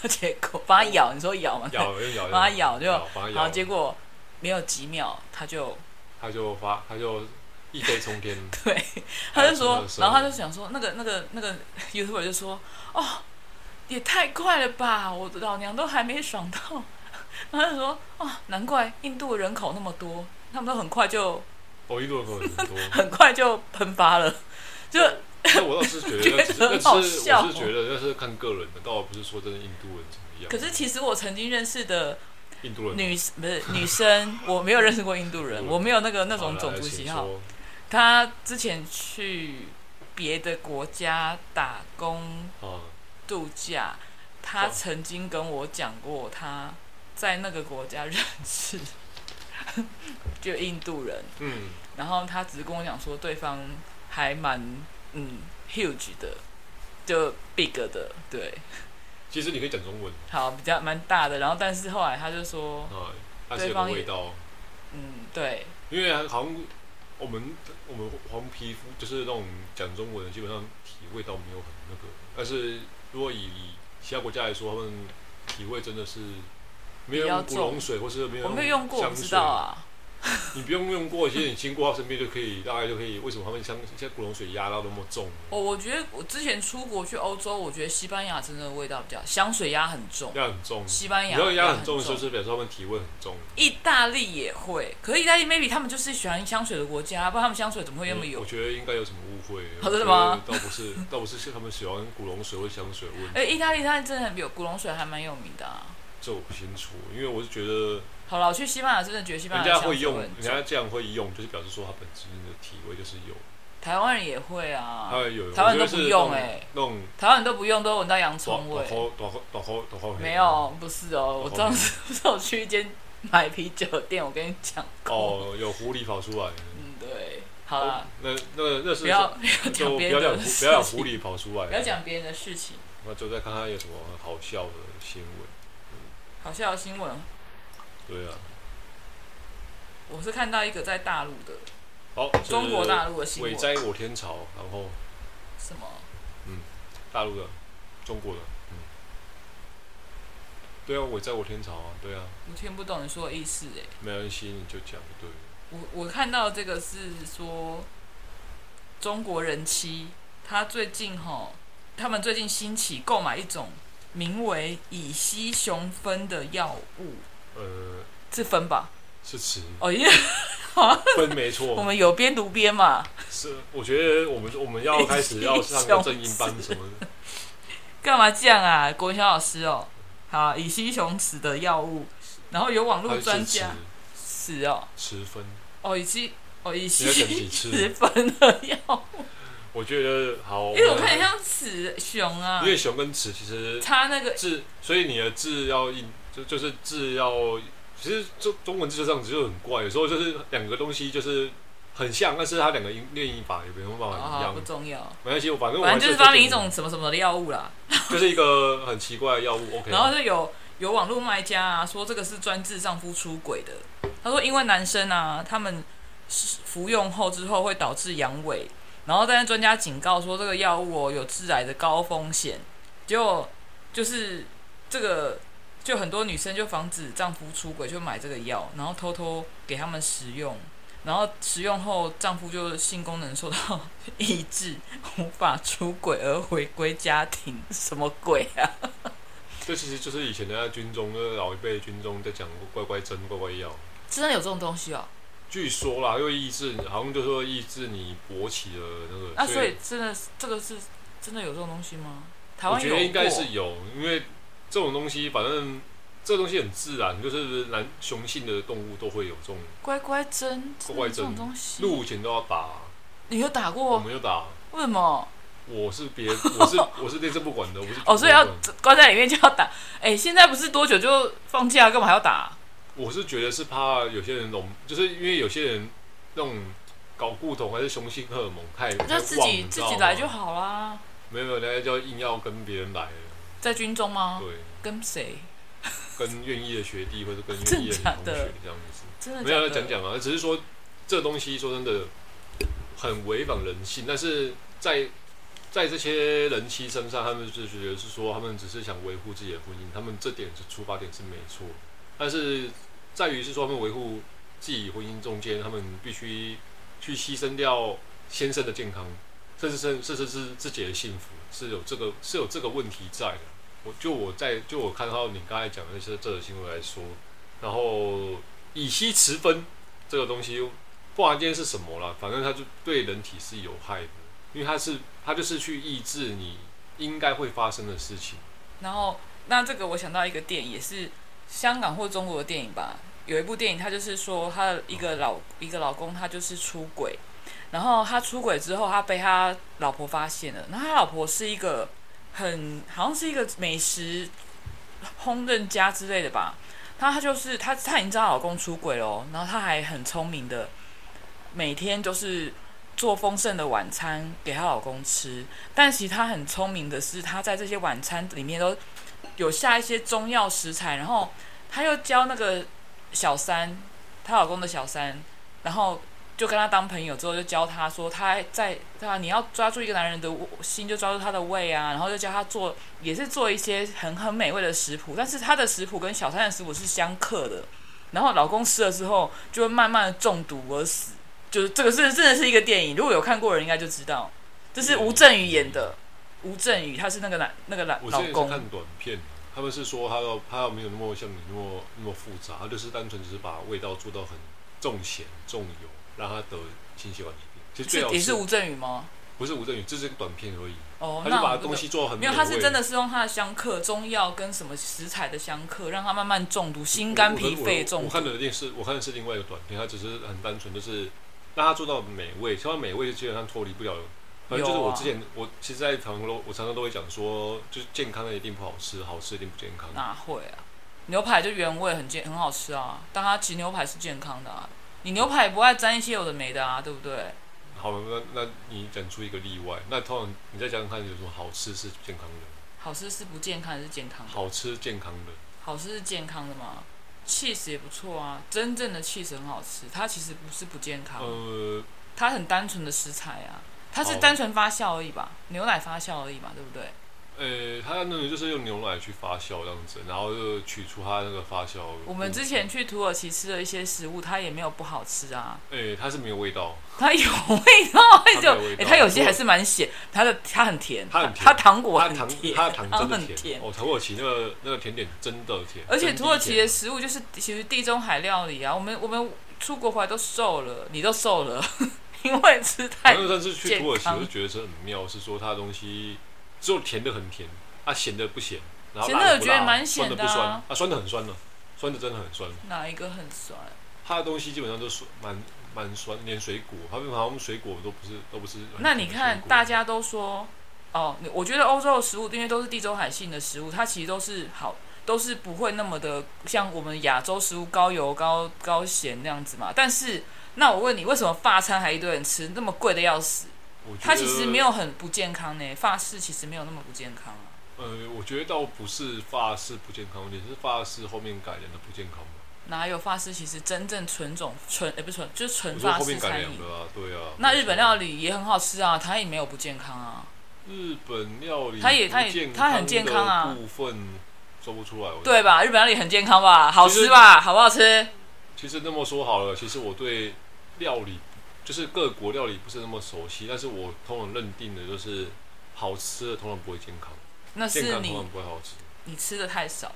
Speaker 2: 结果帮他咬，你说咬嘛，
Speaker 1: 咬用咬，
Speaker 2: 把它咬就
Speaker 1: 把它
Speaker 2: 好，
Speaker 1: 咬，
Speaker 2: 结果没有几秒他就。
Speaker 1: 他就发，他就一飞冲天，
Speaker 2: 对， 他就
Speaker 1: 还有什
Speaker 2: 说
Speaker 1: 么，事
Speaker 2: 然后他就想说，那个那个那个 YouTuber 就说，哦，也太快了吧，我老娘都还没爽到。 然后他就说，哦，难怪印度人口那么多，他们都很快就
Speaker 1: 哦，一路口很多。
Speaker 2: 很快就喷发了， 就
Speaker 1: 那我倒是觉 得，
Speaker 2: 觉得
Speaker 1: 那只是那
Speaker 2: 很好
Speaker 1: 只是
Speaker 2: 笑
Speaker 1: 我是觉得那是看个人的，倒不是说真的印度人怎么样。
Speaker 2: 可是其实我曾经认识的
Speaker 1: 印度人
Speaker 2: 女不是女生，我没有认识过印度人，我没有那个那
Speaker 1: 那
Speaker 2: 种种族喜好。，她之前去别的国家打工
Speaker 1: 好来请说啊，
Speaker 2: 度假，他
Speaker 1: 哦
Speaker 2: 曾经跟我讲过，他在那个国家认识就印度人，
Speaker 1: 嗯，
Speaker 2: 然后他只是跟我讲说对方还蛮嗯 huge 的，就 big 的，对，
Speaker 1: 其实你可以讲中文
Speaker 2: 好比较蛮大的，然后但是后来他就说，
Speaker 1: 啊，它是有
Speaker 2: 对
Speaker 1: 个
Speaker 2: 方也
Speaker 1: 味道，
Speaker 2: 嗯，对，
Speaker 1: 因为好像我们我们黄皮肤就是那种讲中文的，基本上体味道没有很那个，但是如果以其他国家来说，他们体味真的是没有
Speaker 2: 比较
Speaker 1: 用古
Speaker 2: 重
Speaker 1: 龙水，或是没有
Speaker 2: 我没有用过，我
Speaker 1: 香
Speaker 2: 不知
Speaker 1: 水
Speaker 2: 道啊，
Speaker 1: 你不用用过，其实你经过他身边就可以，大概就可以。为什么他们像像古龙水压到那么重？
Speaker 2: 我哦我觉得我之前出国去欧洲，我觉得西班牙真的味道比较香水压很重，
Speaker 1: 压很重，
Speaker 2: 西班
Speaker 1: 你
Speaker 2: 牙
Speaker 1: 要压很
Speaker 2: 很
Speaker 1: 重的时候，是表示他们体味很重。
Speaker 2: 意大利也会，可是意大利 maybe 他们就是喜欢香水的国家，不然他们香水怎么会那么
Speaker 1: 我
Speaker 2: 有
Speaker 1: 我？觉得应该有什么误会。
Speaker 2: 哦真的吗
Speaker 1: 我觉得倒不是，倒不是是他们喜欢古龙水或香水的问题。
Speaker 2: 哎、意大利它真的有古龙水还蛮有名的啊。
Speaker 1: 这我不清楚，因为我是觉得
Speaker 2: 好了，我去西班牙真的觉得西班
Speaker 1: 人
Speaker 2: 牙
Speaker 1: 家
Speaker 2: 的香
Speaker 1: 会
Speaker 2: 水
Speaker 1: 用，
Speaker 2: 味
Speaker 1: 人
Speaker 2: 很重，
Speaker 1: 家这样会用，就是表示说他本身的体味就是有，
Speaker 2: 台湾人也会啊，
Speaker 1: 他有。
Speaker 2: 台湾人
Speaker 1: 我觉得是
Speaker 2: 都不用
Speaker 1: 那种
Speaker 2: 欸
Speaker 1: 那种
Speaker 2: 台湾人都不用，都闻到
Speaker 1: 短
Speaker 2: 洋葱
Speaker 1: 短
Speaker 2: 味。
Speaker 1: 口短口短口短口黑
Speaker 2: 没有，不是哦，我
Speaker 1: 哦
Speaker 2: 上次不是我去一间买啤酒店，我跟你讲过。
Speaker 1: 哦，有狐狸跑出来。哦
Speaker 2: 嗯，对，好啦，
Speaker 1: 那那那是
Speaker 2: 不要不要
Speaker 1: 就
Speaker 2: 讲
Speaker 1: 不
Speaker 2: 别
Speaker 1: 要讲狐
Speaker 2: 人的
Speaker 1: 不
Speaker 2: 事
Speaker 1: 要讲
Speaker 2: 情，
Speaker 1: 狐狸跑出来，
Speaker 2: 不要讲别人的事情。
Speaker 1: 那就再看看有什么好笑的新闻。
Speaker 2: 好笑的新闻，
Speaker 1: 对啊，
Speaker 2: 我是看到一个在大陆的
Speaker 1: 好，这是
Speaker 2: 中国大陆的新闻
Speaker 1: 伟，哉我天朝，然后
Speaker 2: 什么？
Speaker 1: 大陆的，中国的，嗯，对啊，伟哉我天朝啊，对啊，
Speaker 2: 我听不懂你说的意思哎。
Speaker 1: 没关系，你就讲就对了。
Speaker 2: 我我看到这个是说中国人妻，她最近吼，他们最近兴起购买一种名为乙烯雄酚的药物，
Speaker 1: 呃，
Speaker 2: 是酚吧？
Speaker 1: 是词
Speaker 2: 哦，因为
Speaker 1: 分没
Speaker 2: 我
Speaker 1: 错，
Speaker 2: 们有边读边嘛，
Speaker 1: 是我觉得我们我们要开始要上个正音班什么 的，
Speaker 2: 干嘛这样啊？国文小老师哦，好，乙烯雄雌的药物，然后有网络
Speaker 1: 还
Speaker 2: 专
Speaker 1: 是词
Speaker 2: 家雌哦，
Speaker 1: 词分，
Speaker 2: 哦乙烯哦乙
Speaker 1: 你要讲哦几
Speaker 2: 烯雌
Speaker 1: 次？
Speaker 2: 酚的药物，
Speaker 1: 我觉得好，
Speaker 2: 因为我
Speaker 1: 们
Speaker 2: 看你像雌雄啊
Speaker 1: 因，为熊跟词其实
Speaker 2: 它那个
Speaker 1: 字，所以你的字要印，就就是字要，其实中中文字就这样子就很怪，有时候就是两个东西就是很像，但是它两个音练音法也没有办法一
Speaker 2: 啊、
Speaker 1: 样。
Speaker 2: 不重要。
Speaker 1: 没关系，我反正我
Speaker 2: 反
Speaker 1: 还
Speaker 2: 正就是
Speaker 1: 推
Speaker 2: 发明
Speaker 1: 荐
Speaker 2: 一种什么什么的药物啦，
Speaker 1: 你，就是一个很奇怪的药物。OK，
Speaker 2: 然后就有有网络卖家啊说这个是专治丈夫出轨的，他说因为男生啊他们是服用后之后会导致阳痿，然后但是专家警告说这个药物哦有致癌的高风险，结果就是这个就很多女生就防止丈夫出轨就买这个药，然后偷偷给他们食用。然后食用后，丈夫就性功能受到抑制，无法出轨而回归家庭，什么鬼啊？
Speaker 1: 这其实就是以前的那军中，那老一辈军中在讲乖乖针、乖乖药。
Speaker 2: 真的有这种东西哦。
Speaker 1: 据说啦，又抑制，好像就说抑制你勃起的那个。
Speaker 2: 那啊所以真的是这个是真的有这种东西吗？台
Speaker 1: 我
Speaker 2: 湾
Speaker 1: 觉
Speaker 2: 有
Speaker 1: 得应该
Speaker 2: 过
Speaker 1: 是有，因为这种东西，反正这个东西很自然，就是男雄性的动物都会有这种，
Speaker 2: 乖乖针，真的
Speaker 1: 乖
Speaker 2: 有
Speaker 1: 乖针
Speaker 2: 这种东西。
Speaker 1: 入伍前都要打，
Speaker 2: 你有打
Speaker 1: 我
Speaker 2: 过？
Speaker 1: 们就打。
Speaker 2: 为什么？
Speaker 1: 我是别，我 是我是内政部管的，我是
Speaker 2: 哦，所以要
Speaker 1: 主管
Speaker 2: 关在里面就要打。 哎、现在不是多久就放假，干嘛还要打、
Speaker 1: 我是觉得是怕有些人拢，就是因为有些人那种搞固酮还是雄性荷尔蒙太太
Speaker 2: 就
Speaker 1: 旺，
Speaker 2: 自己
Speaker 1: 你知
Speaker 2: 自
Speaker 1: 道
Speaker 2: 己
Speaker 1: 吗
Speaker 2: 来就。好啦。
Speaker 1: 没有，人家就硬要跟别人来了，
Speaker 2: 在军中吗？
Speaker 1: 对，
Speaker 2: 跟谁？
Speaker 1: 跟愿意的学弟或者跟愿意的女
Speaker 2: 真假
Speaker 1: 同
Speaker 2: 的
Speaker 1: 学这样子。
Speaker 2: 真的
Speaker 1: 没有要
Speaker 2: 假
Speaker 1: 讲
Speaker 2: 的？
Speaker 1: 讲啊，只是说这东西说真的很违反人性，但是在在这些人妻身上，他们是觉得是说他们只是想维护自己的婚姻，他们这点是出发点是没错，但是在于是说他们维护自己婚姻中间，他们必须去牺牲掉先生的健康，甚至甚甚至是自己的幸福，是有这个是有这个问题在的。我就我在就我看到你刚才讲的那些这个行为来说，然后以息持分这个东西，不然今天是什么啦，反正它就对人体是有害的，因为它是它就是去抑制你应该会发生的事情。
Speaker 2: 然后，那这个我想到一个电影，也是香港或中国的电影吧。有一部电影，它就是说，她的一个老一个老公，他就是出轨，然后他出轨之后，他被他老婆发现了，然后他老婆是一个很好像是一个美食烹饪家之类的吧。然后她就是她，她已经知道她老公出轨了哦，然后她还很聪明的，每天就是做丰盛的晚餐给她老公吃。但其实她很聪明的是，她在这些晚餐里面都有下一些中药食材，然后她又教那个小三，她老公的小三，然后就跟她当朋友之后，就教她说，她在对啊，你要抓住一个男人的心，就抓住他的胃啊，然后就教他做，也是做一些很很美味的食谱，但是她的食谱跟小三的食谱是相克的，然后老公吃了之后就会慢慢的中毒而死。就是这个是真的是一个电影，如果有看过的人应该就知道，这是吴镇宇演的。吴镇宇他是那个男那个男
Speaker 1: 我之
Speaker 2: 老
Speaker 1: 前是
Speaker 2: 公，
Speaker 1: 看短片，啊他们是说他要他要没有那么像你那么那么复杂，他就是单纯只是把味道做到很重咸重油，让他得心血管疾病。其实
Speaker 2: 是
Speaker 1: 最好
Speaker 2: 也是吴镇宇吗？
Speaker 1: 不是吴镇宇，这是个短片而已，
Speaker 2: 哦，
Speaker 1: 他
Speaker 2: 那
Speaker 1: 就把
Speaker 2: 我不
Speaker 1: 东西做得很
Speaker 2: 没有，他是
Speaker 1: 美味
Speaker 2: 真的是用他的香克、中药跟什么食材的香克，让他慢慢中毒，心肝脾肺
Speaker 1: 我
Speaker 2: 中
Speaker 1: 我看
Speaker 2: 毒。
Speaker 1: 的电视，我看的是另外一个短片，它只是很单纯，就是让它做到美味。说到美味，就基本上脱离不了。反正就是
Speaker 2: 有啊
Speaker 1: 我之前，我其实，在常都我常常都会讲说，就是健康的一定不好吃，好吃一定不健康。
Speaker 2: 哪会啊？牛排就原味很健很好吃啊，但它其实牛排是健康的啊。你牛排也不爱沾一些有的没的啊，对不对？
Speaker 1: 好，那那你讲出一个例外，那通常你再想想看，有什么好吃是健康的，
Speaker 2: 好吃是不健康还是健康的？
Speaker 1: 好吃健康的，
Speaker 2: 好吃是健康的吗？cheese 也不错啊，真正的 cheese 很好吃，它其实不是不健康，
Speaker 1: 呃，
Speaker 2: 它很单纯的食材啊，它是
Speaker 1: 哦
Speaker 2: 单纯发酵而已吧，牛奶发酵而已嘛，对不对？
Speaker 1: 呃，它那种就是用牛奶去发酵这样子，然后就取出它那个发酵。
Speaker 2: 我们之前，去土耳其吃的一些食物，它也没有不好吃 啊，
Speaker 1: 哎，它是没有味道，
Speaker 2: 它有味道，它
Speaker 1: 没
Speaker 2: 就
Speaker 1: 有味道
Speaker 2: 诶它有些还是蛮咸，它的它很甜，
Speaker 1: 它很甜
Speaker 2: 它糖果
Speaker 1: 它
Speaker 2: 很
Speaker 1: 糖
Speaker 2: 甜，
Speaker 1: 它糖真的
Speaker 2: 很
Speaker 1: 甜
Speaker 2: 甜。
Speaker 1: 哦，土耳其那个那个甜点真的甜，
Speaker 2: 而且
Speaker 1: 真的
Speaker 2: 土耳其的
Speaker 1: 甜
Speaker 2: 食物就是其实地中海料理啊，我们我们出国回来都瘦了，你都瘦了， 因为吃太
Speaker 1: 反正上次去土耳其，
Speaker 2: 健康
Speaker 1: 我就觉得是很妙，是说它的东西只有甜的很甜，啊咸的不咸，然后
Speaker 2: 咸的
Speaker 1: 辣
Speaker 2: 我
Speaker 1: 不
Speaker 2: 觉得
Speaker 1: 辣
Speaker 2: 蛮
Speaker 1: 酸的
Speaker 2: 咸的
Speaker 1: 不酸，
Speaker 2: 啊
Speaker 1: 啊酸的很酸呢、酸的真的很酸。
Speaker 2: 哪一个很酸？
Speaker 1: 它的东西基本上都是蛮蛮酸，连水果，它们好像水果都不是都不是很甜的水果。
Speaker 2: 那你看，大家都说，哦，你我觉得欧洲的食物，因为都是地中海性的食物，它其实都是好，都是不会那么的像我们亚洲食物高油、高高咸那样子嘛。但是，那我问你，为什么法餐还一堆人吃，那么贵的要死？
Speaker 1: 我觉得
Speaker 2: 它其实没有很不健康呢，法式其实没有那么不健康啊。
Speaker 1: 呃，我觉得倒不是法式不健康，也是法式后面改良的不健康嘛。
Speaker 2: 哪有法式？其实真正纯种纯，也、不是纯，就是
Speaker 1: 我
Speaker 2: 纯
Speaker 1: 说
Speaker 2: 法
Speaker 1: 后
Speaker 2: 式
Speaker 1: 面改
Speaker 2: 餐
Speaker 1: 良
Speaker 2: 饮。
Speaker 1: 的啊，对啊。
Speaker 2: 那日本料
Speaker 1: 理，
Speaker 2: 理也很好吃啊，它也没有不健康啊。
Speaker 1: 日本料理，
Speaker 2: 它也它也它很健康啊
Speaker 1: 部分说不出来，我觉得
Speaker 2: 对吧？日本料理很健康吧？好
Speaker 1: 其实
Speaker 2: 吃吧？好不好吃？
Speaker 1: 其实那么说好了，其实我对料理，就是各国料理不是那么熟悉，但是我通常认定的就是好吃的通常不会健康，
Speaker 2: 那
Speaker 1: 健
Speaker 2: 是
Speaker 1: 康通
Speaker 2: 你
Speaker 1: 常不会好吃。
Speaker 2: 你吃的太少了。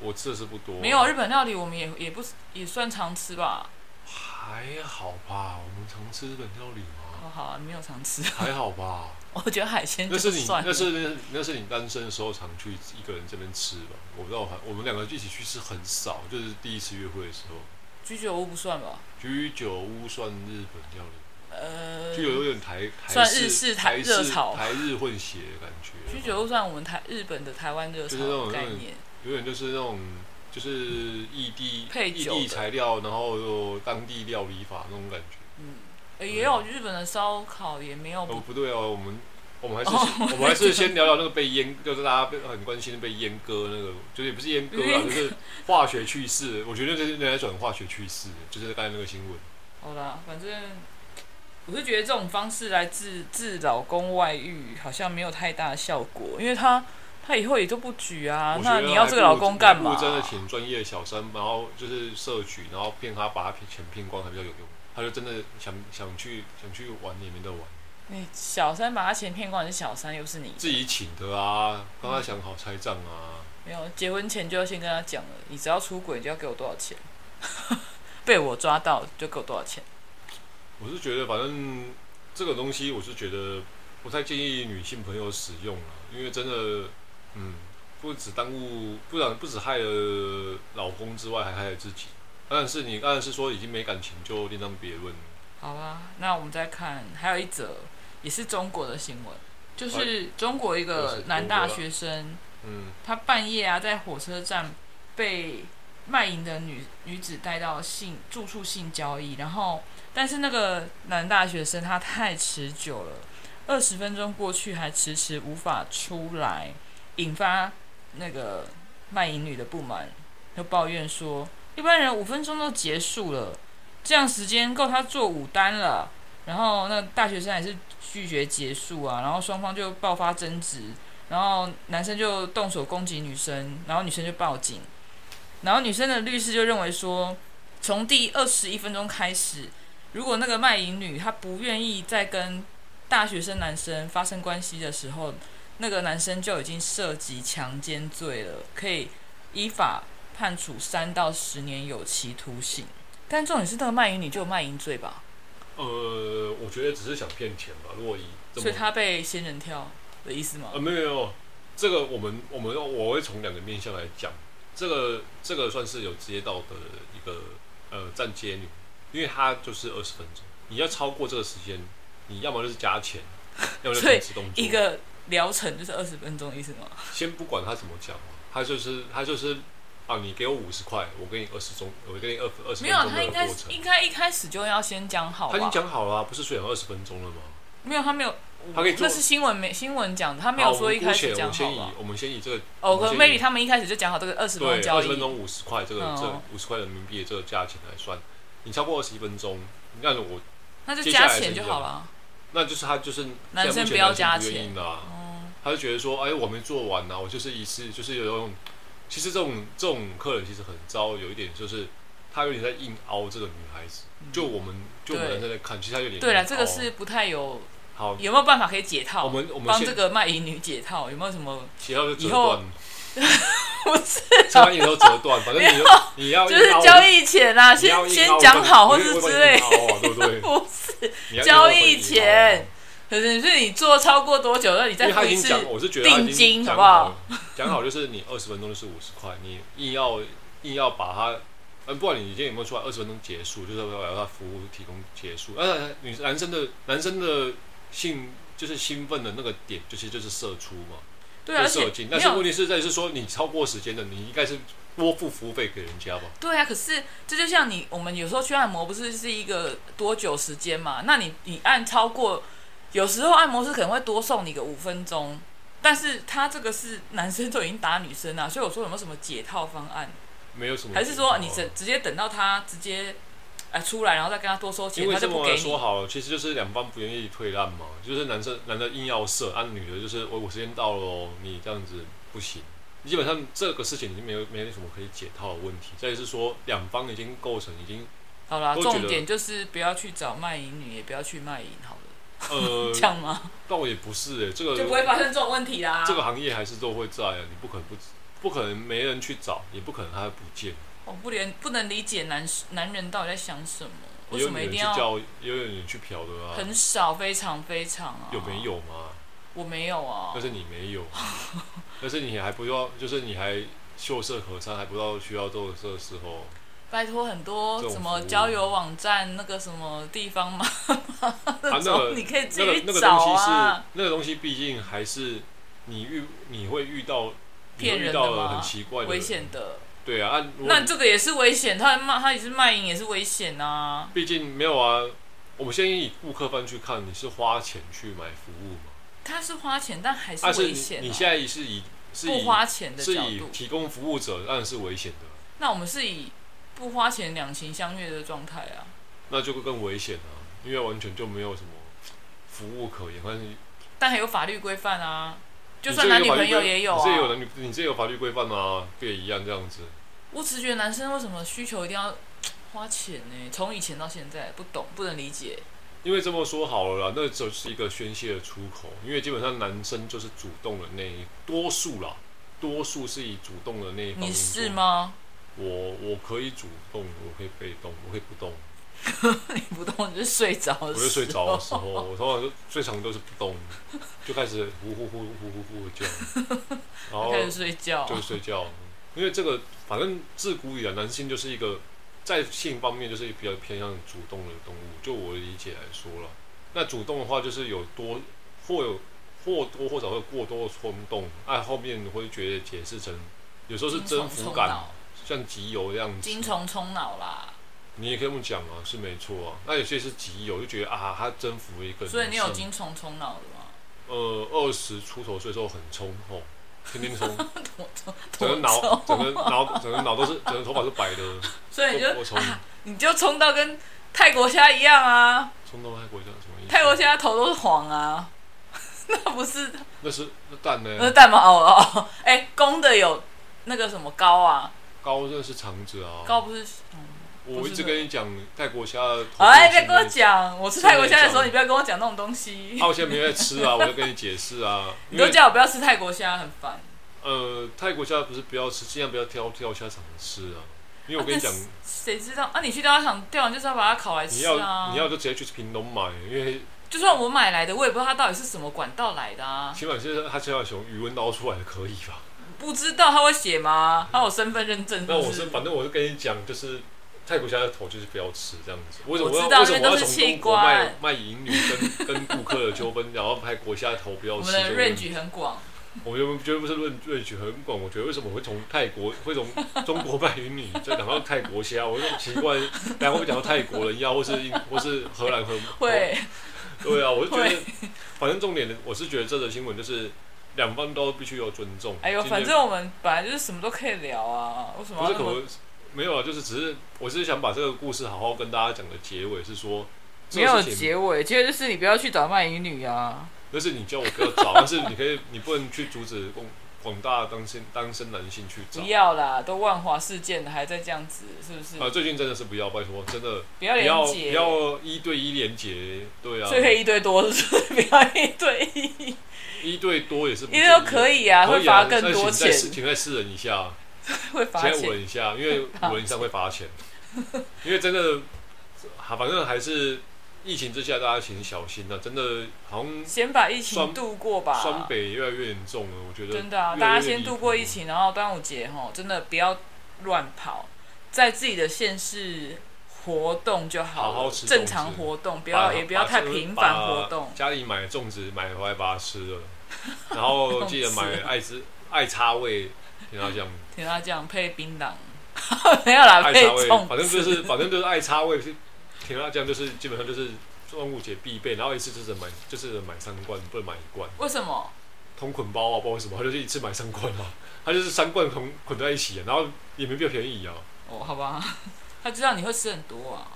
Speaker 1: 我吃的是不多，
Speaker 2: 没有日本料理，我们也也不也算常吃吧。
Speaker 1: 还好吧？我们常吃日本料理吗？
Speaker 2: 哦，好、啊，你没有常吃，
Speaker 1: 还好吧？
Speaker 2: 我觉得海鲜
Speaker 1: 那
Speaker 2: 就是
Speaker 1: 你
Speaker 2: 算了。
Speaker 1: 那是那是你单身的时候常去一个人这边吃吧？我不知道，我们两个一起去吃很少，就是第一次约会的时候。
Speaker 2: 居酒屋不算吧？
Speaker 1: 居酒屋算日本料理，
Speaker 2: 呃，
Speaker 1: 居酒屋有点台台
Speaker 2: 算
Speaker 1: 式
Speaker 2: 日式台
Speaker 1: 台式
Speaker 2: 热炒
Speaker 1: 台日混血的感觉。啊
Speaker 2: 居酒屋算我们台日本的台湾热
Speaker 1: 就
Speaker 2: 潮
Speaker 1: 是那种
Speaker 2: 的概
Speaker 1: 那种
Speaker 2: 念，
Speaker 1: 有点就是那种就是异地
Speaker 2: 配
Speaker 1: 异
Speaker 2: 酒
Speaker 1: 地
Speaker 2: 的
Speaker 1: 材料，然后又当地料理法那种感觉。
Speaker 2: 嗯，呃也有日本的烧烤，也没有
Speaker 1: 哦
Speaker 2: 不，
Speaker 1: 不对哦，我们我们还是、
Speaker 2: 哦
Speaker 1: 我们还是先聊聊那个被阉，就是大家被很关心的被阉割那个，就是也不是阉割 啊，
Speaker 2: 阉割
Speaker 1: 就是化学去世。我觉得这是人家转化学去世，就是刚才那个新闻。
Speaker 2: 好啦，反正我是觉得这种方式来治治老公外遇好像没有太大的效果，因为他他以后也就不举啊
Speaker 1: 我，觉
Speaker 2: 那
Speaker 1: 得
Speaker 2: 你要这个老公干嘛
Speaker 1: 还？不如真的请专业小三，然后就是摄取，然后骗他把他钱骗光才比较有用。他就真的想想去想去玩也没得玩，
Speaker 2: 你哎小三把他钱骗光，你是小三又是你，
Speaker 1: 自己请的啊，帮他想好拆账啊。
Speaker 2: 没有结婚前就要先跟他讲了，你只要出轨就要给我多少钱， 被我抓到就给我多少钱。
Speaker 1: 我是觉得，反正这个东西，我是觉得不太建议女性朋友使用了，因为真的，嗯，不止耽误，不然不止害了老公之外，还害了自己。当然是你，当然是说已经没感情就另当别论。
Speaker 2: 好啦，那我们再看，还有一则也是中国的新闻，就是中国一
Speaker 1: 又是中
Speaker 2: 个
Speaker 1: 国
Speaker 2: 男大
Speaker 1: 啊
Speaker 2: 学生，
Speaker 1: 嗯，
Speaker 2: 他半夜啊在火车站被卖淫的女女子带到性住宿性交易，然后但是那个男大学生他太持久了，二十分钟过去还迟迟无法出来，引发那个卖淫女的不满，就抱怨说一般人五分钟都结束了，这样时间够他做五单了。然后那大学生也是拒绝结束啊，然后双方就爆发争执，然后男生就动手攻击女生，然后女生就报警，然后女生的律师就认为说，从第二十一分钟开始，如果那个卖淫女她不愿意再跟大学生男生发生关系的时候，那个男生就已经涉及强奸罪了，可以依法判处三到十年有期徒刑。但重点是那个卖淫女就有卖淫罪吧，
Speaker 1: 呃，我觉得只是想骗钱吧。如果以这
Speaker 2: 所
Speaker 1: 么
Speaker 2: 以她被仙人跳的意思吗？
Speaker 1: 啊，没有没有，这个我们我们我会从两个面向来讲，这个这个算是有职业道德的一个呃站街女，因为她就是二十分钟，你要超过这个时间，你要么就是加 钱，要么就
Speaker 2: 所以
Speaker 1: 停止动作。
Speaker 2: 一个疗程就是二十分钟的意思吗？
Speaker 1: 先不管她怎么讲嘛，她就是她就是啊，你给我五十块，我给你二十钟，我给你二二十分
Speaker 2: 没有啊，
Speaker 1: 钟
Speaker 2: 他
Speaker 1: 的
Speaker 2: 应该
Speaker 1: 过程。
Speaker 2: 应该一开始就要先讲好
Speaker 1: 他已经
Speaker 2: 吧？
Speaker 1: 讲好了啊、不是最少二十分钟了吗？
Speaker 2: 没有，他没有，
Speaker 1: 他可以做
Speaker 2: 那是新闻没新闻讲的，他没
Speaker 1: 好
Speaker 2: 有
Speaker 1: 我
Speaker 2: 说
Speaker 1: 们
Speaker 2: 一
Speaker 1: 姑
Speaker 2: 开
Speaker 1: 且
Speaker 2: 始
Speaker 1: 我
Speaker 2: 讲
Speaker 1: 们
Speaker 2: 好
Speaker 1: 先以
Speaker 2: 吧？
Speaker 1: 我们先以这个我
Speaker 2: 哦，
Speaker 1: 们
Speaker 2: 可能
Speaker 1: 先
Speaker 2: maybe
Speaker 1: 以
Speaker 2: 他们一开始就讲好这个二十分
Speaker 1: 对，
Speaker 2: 钟交
Speaker 1: 二十
Speaker 2: 易
Speaker 1: 分，钟五十块，这个、
Speaker 2: 嗯
Speaker 1: 这五十块人民币的这个价钱来算，你超过二十一分钟，那我
Speaker 2: 那就
Speaker 1: 接
Speaker 2: 加
Speaker 1: 下来
Speaker 2: 钱
Speaker 1: 是
Speaker 2: 就
Speaker 1: 一样
Speaker 2: 好了。
Speaker 1: 那就是他就是
Speaker 2: 男
Speaker 1: 现在
Speaker 2: 生
Speaker 1: 目前
Speaker 2: 不要
Speaker 1: 男生
Speaker 2: 加
Speaker 1: 不愿意
Speaker 2: 钱
Speaker 1: 的啊
Speaker 2: 哦，
Speaker 1: 他就觉得说，哎，我没做完呢、啊，我就是一次就是有种，其实这种这种客人其实很糟，有一点就是他有点在硬凹这个女孩子，就我们就我们
Speaker 2: 嗯对
Speaker 1: 男生在看，其实他有点
Speaker 2: 对了，
Speaker 1: 硬
Speaker 2: 这个
Speaker 1: 凹
Speaker 2: 是不太有
Speaker 1: 好，
Speaker 2: 有没有办法可以解套？
Speaker 1: 我们我们
Speaker 2: 帮这
Speaker 1: 先
Speaker 2: 个卖淫女解套，有没有什么？
Speaker 1: 其他就折
Speaker 2: 以后
Speaker 1: 断，
Speaker 2: 不是，啊
Speaker 1: 其他也都折断，反正你就你要
Speaker 2: 就是
Speaker 1: 硬凹
Speaker 2: 交易前啊，
Speaker 1: 你
Speaker 2: 先
Speaker 1: 要硬
Speaker 2: 先
Speaker 1: 凹
Speaker 2: 讲好，
Speaker 1: 我
Speaker 2: 或
Speaker 1: 就我
Speaker 2: 是
Speaker 1: 就
Speaker 2: 之
Speaker 1: 会帮你，
Speaker 2: 类
Speaker 1: 硬凹啊对不 对？
Speaker 2: 不是。
Speaker 1: 你要
Speaker 2: 交
Speaker 1: 硬凹我
Speaker 2: 易
Speaker 1: 就硬凹
Speaker 2: 前
Speaker 1: 啊
Speaker 2: 可是 是你做超过多久，那你
Speaker 1: 因
Speaker 2: 再
Speaker 1: 为他
Speaker 2: 付
Speaker 1: 已
Speaker 2: 一
Speaker 1: 经
Speaker 2: 次
Speaker 1: 讲，我是觉得他已
Speaker 2: 定金
Speaker 1: 经讲
Speaker 2: 好不好
Speaker 1: 了？讲好就是你二十分钟就是五十块，你硬要硬要把它，呃，不管你今天有没有出来，二十分钟结束，就是要把它服务提供结束。呃，女男生的男生的性就是兴奋的那个点，就是就是射出嘛，
Speaker 2: 对啊，
Speaker 1: 就
Speaker 2: 而
Speaker 1: 射
Speaker 2: 且
Speaker 1: 精。
Speaker 2: 没
Speaker 1: 但是
Speaker 2: 有
Speaker 1: 问题是在于是说你超过时间的，你应该是多付服务费给人家吧？
Speaker 2: 对啊，可是这就像你，我们有时候去按摩，不是是一个多久时间嘛？那你你按超过，有时候按摩师可能会多送你个五分钟，但是他这个是男生都已经打女生了、啊 所以我说有没有什么解套方案？
Speaker 1: 没有什么。啊
Speaker 2: 还是说你直直接等到他直接呃出来，然后再跟他多收钱，
Speaker 1: 因为
Speaker 2: 他
Speaker 1: 这
Speaker 2: 就不
Speaker 1: 么
Speaker 2: 给
Speaker 1: 说
Speaker 2: 你？
Speaker 1: 好了，其实就是两方不愿意退让嘛，就是男生男的硬要射，啊女的就是我我时间到了哦，你这样子不行。基本上这个事情已经没有没有什么可以解套的问题，再就是说两方已经构成已经
Speaker 2: 好啦，
Speaker 1: 我觉得
Speaker 2: 重点就是不要去找卖淫女，也不要去卖淫，好了，
Speaker 1: 呃，
Speaker 2: 这样吗？
Speaker 1: 倒也不是哎、这
Speaker 2: 就
Speaker 1: 个
Speaker 2: 不会发生这种问题啦。
Speaker 1: 这个行业还是都会在啊，你不可能不不可能没人去找，也不可能它不见。
Speaker 2: 我哦不连不能理解男男人到底在想什么，为
Speaker 1: 也有
Speaker 2: 什么一
Speaker 1: 人去
Speaker 2: 定要
Speaker 1: 叫，也有人去嫖的啊，
Speaker 2: 很少，非常非常啊？
Speaker 1: 有没？有吗？
Speaker 2: 我没有啊
Speaker 1: 但。是你没有，但是你还不要，就是你还秀色可餐，还不到需要做的时候。
Speaker 2: 拜托，很多
Speaker 1: 这种
Speaker 2: 什么
Speaker 1: 服务
Speaker 2: 交友网站那个什么地方嘛，
Speaker 1: 啊，那
Speaker 2: 种
Speaker 1: 个
Speaker 2: 你可以自
Speaker 1: 那个
Speaker 2: 己
Speaker 1: 那个
Speaker 2: 找
Speaker 1: 东西是
Speaker 2: 啊。
Speaker 1: 那个东西，毕竟还是你遇你会遇到你
Speaker 2: 骗
Speaker 1: 会
Speaker 2: 人
Speaker 1: 遇
Speaker 2: 的
Speaker 1: 到了
Speaker 2: 吗
Speaker 1: 很奇怪的
Speaker 2: 危
Speaker 1: 人
Speaker 2: 险的，
Speaker 1: 对啊，啊如果
Speaker 2: 那这个也是危险，他卖他也是卖淫，也是危险啊。
Speaker 1: 毕竟没有啊。我们先以顾客端去看，你是花钱去买服务嘛？
Speaker 2: 他是花钱，但还是
Speaker 1: 但是
Speaker 2: 危
Speaker 1: 你
Speaker 2: 险、啊
Speaker 1: 你现在是以是
Speaker 2: 不
Speaker 1: 以
Speaker 2: 花钱的
Speaker 1: 是
Speaker 2: 角
Speaker 1: 以
Speaker 2: 度，
Speaker 1: 提供服务者当然是危险的，
Speaker 2: 那我们是以不花钱两情相悦的状态啊。
Speaker 1: 那就更危险啊，因为完全就没有什么服务可言，但是
Speaker 2: 但还有法律规范啊，就
Speaker 1: 你
Speaker 2: 算
Speaker 1: 这
Speaker 2: 男
Speaker 1: 个
Speaker 2: 女
Speaker 1: 法律
Speaker 2: 朋友
Speaker 1: 规
Speaker 2: 也有
Speaker 1: 你这也有
Speaker 2: 啊。
Speaker 1: 男女，你这也有法律规范啊，不也一样这样子？
Speaker 2: 我只觉得男生为什么需求一定要花钱呢？从以前到现在不懂，不能理解。
Speaker 1: 因为这么说好了啦，那只是一个宣泄的出口，因为基本上男生就是主动的那一多数啦，多数是以主动的那一方面。
Speaker 2: 你是？吗？
Speaker 1: 我我可以主动，我可以被动，我可以不动，
Speaker 2: 你不懂，你就睡着
Speaker 1: 我
Speaker 2: 了。
Speaker 1: 就睡着的时候，我通常就最常都是不动，就开始呼呼呼呼呼呼叫，然后
Speaker 2: 开始睡觉
Speaker 1: 就。是睡觉，因为这个反正自古以来男性就是一个在性方面就是比较偏向主动的动物，就我的理解来说了。那主动的话就是有多或有或多或少会有过多的冲动，哎，后面我会觉得解释成有时候是征服感，像集邮这样子。
Speaker 2: 精虫充脑啦。
Speaker 1: 你也可以这么讲啊，是没错啊。那有些是集邮，就觉得啊，他征服了一个女生。
Speaker 2: 所以你有精虫充脑的吗？
Speaker 1: 呃二十出头岁的时候很冲动，天天 冲，
Speaker 2: 我我
Speaker 1: 整个脑整个脑整个脑都是整个头发是白 的。
Speaker 2: 所以你
Speaker 1: 我我
Speaker 2: 就
Speaker 1: 从
Speaker 2: 啊，你就冲到跟泰国虾一样啊！
Speaker 1: 冲动泰国叫什么意思？
Speaker 2: 泰国虾头都是黄啊， 那不是
Speaker 1: 那是那蛋
Speaker 2: 那是
Speaker 1: 呢？
Speaker 2: 蛋毛哦哦。哦哎、公的有那个什么膏啊，
Speaker 1: 高认是肠子啊。
Speaker 2: 膏不是？嗯
Speaker 1: 我一直跟你讲泰国虾的头
Speaker 2: 哎、
Speaker 1: 发
Speaker 2: 别
Speaker 1: 是
Speaker 2: 跟我
Speaker 1: 那。
Speaker 2: 讲，我吃泰国虾的时候，你不要跟我讲那种东西。
Speaker 1: 啊，我现在没在吃 啊，我就跟你解释啊。
Speaker 2: 你
Speaker 1: 因
Speaker 2: 都
Speaker 1: 为
Speaker 2: 叫我不要吃泰国虾，很烦。
Speaker 1: 呃，泰国虾不是不要吃，尽量不要挑挑虾场吃啊。因为我跟你讲
Speaker 2: 啊，那谁知道啊？你去钓虾场钓完就是要把它烤来
Speaker 1: 你
Speaker 2: 吃啊
Speaker 1: 要！你要就直接去屏东买，因为
Speaker 2: 就算我买来的，我也不知道它到底是什么管道来的啊，
Speaker 1: 起码现在它小小熊余温捞出来的可以吧？
Speaker 2: 不知道它会写吗？它有身份认证
Speaker 1: 那我
Speaker 2: 是
Speaker 1: 是
Speaker 2: 不是
Speaker 1: 反正我是跟你讲，就是泰国虾的头就是不要吃这样子。为什
Speaker 2: 我
Speaker 1: 么
Speaker 2: 知
Speaker 1: 要
Speaker 2: 道
Speaker 1: 为什么
Speaker 2: 因为
Speaker 1: 要
Speaker 2: 都是
Speaker 1: 从
Speaker 2: 器
Speaker 1: 中国
Speaker 2: 官
Speaker 1: 卖卖淫女跟跟顾客的纠纷，然后泰国虾的头不要
Speaker 2: 我
Speaker 1: 吃
Speaker 2: 们
Speaker 1: 这
Speaker 2: 的
Speaker 1: 个问
Speaker 2: range
Speaker 1: 题？
Speaker 2: 很广，
Speaker 1: 我觉得觉得不是论论据很广，我觉得为什么会从泰国会从中国卖淫女再讲到泰国虾，我就很奇怪，然后会讲到泰国人妖或是印或是荷兰和
Speaker 2: 会
Speaker 1: 对啊，我就觉得
Speaker 2: 会，
Speaker 1: 反正重点的我是觉得这则新闻就是两方都必须有尊重。
Speaker 2: 哎呦，
Speaker 1: 今天
Speaker 2: 反正我们本来就是什么都可以聊啊，为什么
Speaker 1: 不
Speaker 2: 要
Speaker 1: 是
Speaker 2: 那
Speaker 1: 可
Speaker 2: 么
Speaker 1: 能没有啊，就是只是我只是想把这个故事好好跟大家讲的结尾是说，这
Speaker 2: 没
Speaker 1: 种
Speaker 2: 有
Speaker 1: 事情，
Speaker 2: 结尾？结尾就是你不要去找卖淫女啊，
Speaker 1: 但是你叫我不要找，但是你可以，你不能去阻止广广大单身单身男性去找
Speaker 2: 不。要啦，都万华事件了，还在这样子，是不是？
Speaker 1: 啊，最近真的是不要，拜托，真的
Speaker 2: 不要
Speaker 1: 不
Speaker 2: 连
Speaker 1: 要
Speaker 2: 结，
Speaker 1: 不要一对一连结，对啊
Speaker 2: 所，以可以一对多，是不是？ 不要一对一，
Speaker 1: 一对多也是不
Speaker 2: 一对都可
Speaker 1: 以
Speaker 2: 以啊，
Speaker 1: 嗯可
Speaker 2: 会
Speaker 1: 以啊
Speaker 2: 罚更多
Speaker 1: 请再
Speaker 2: 钱，
Speaker 1: 试请再私人一下，
Speaker 2: 会罚
Speaker 1: 请再
Speaker 2: 钱。
Speaker 1: 稳一下，因为稳一下会罚钱，因为真的，啊，反正还是疫情之下，大家请小心啊，真的好像。
Speaker 2: 先把疫情
Speaker 1: 双
Speaker 2: 度过吧，
Speaker 1: 双北越来越严重了，我觉得
Speaker 2: 真的啊，
Speaker 1: 越来越
Speaker 2: 大家先
Speaker 1: 离谱
Speaker 2: 度过疫。情，然后端午节吼，真的不要乱跑，在自己的县市活动就好了，
Speaker 1: 好好吃粽子
Speaker 2: 正常活动，不
Speaker 1: 不
Speaker 2: 要也不要太频繁活动。
Speaker 1: 家里买粽子买回来把它吃 了，然后记得买爱滋爱插味，听他 讲
Speaker 2: 听他这样配槟榔， 没有啦，
Speaker 1: 爱
Speaker 2: 配
Speaker 1: 插味，
Speaker 2: 粽
Speaker 1: 反正就
Speaker 2: 子
Speaker 1: 是反正就是爱插味，是听他讲就是基本上就是端午节必备，然后一次就是买就是买三罐，不能买一罐，
Speaker 2: 为什么？
Speaker 1: 同捆包啊，不知道为什么他就是一次买三罐啊，他就是三罐同捆在一起、啊，然后也没比较便宜啊。
Speaker 2: 哦，好吧， 他知道你会吃很多啊，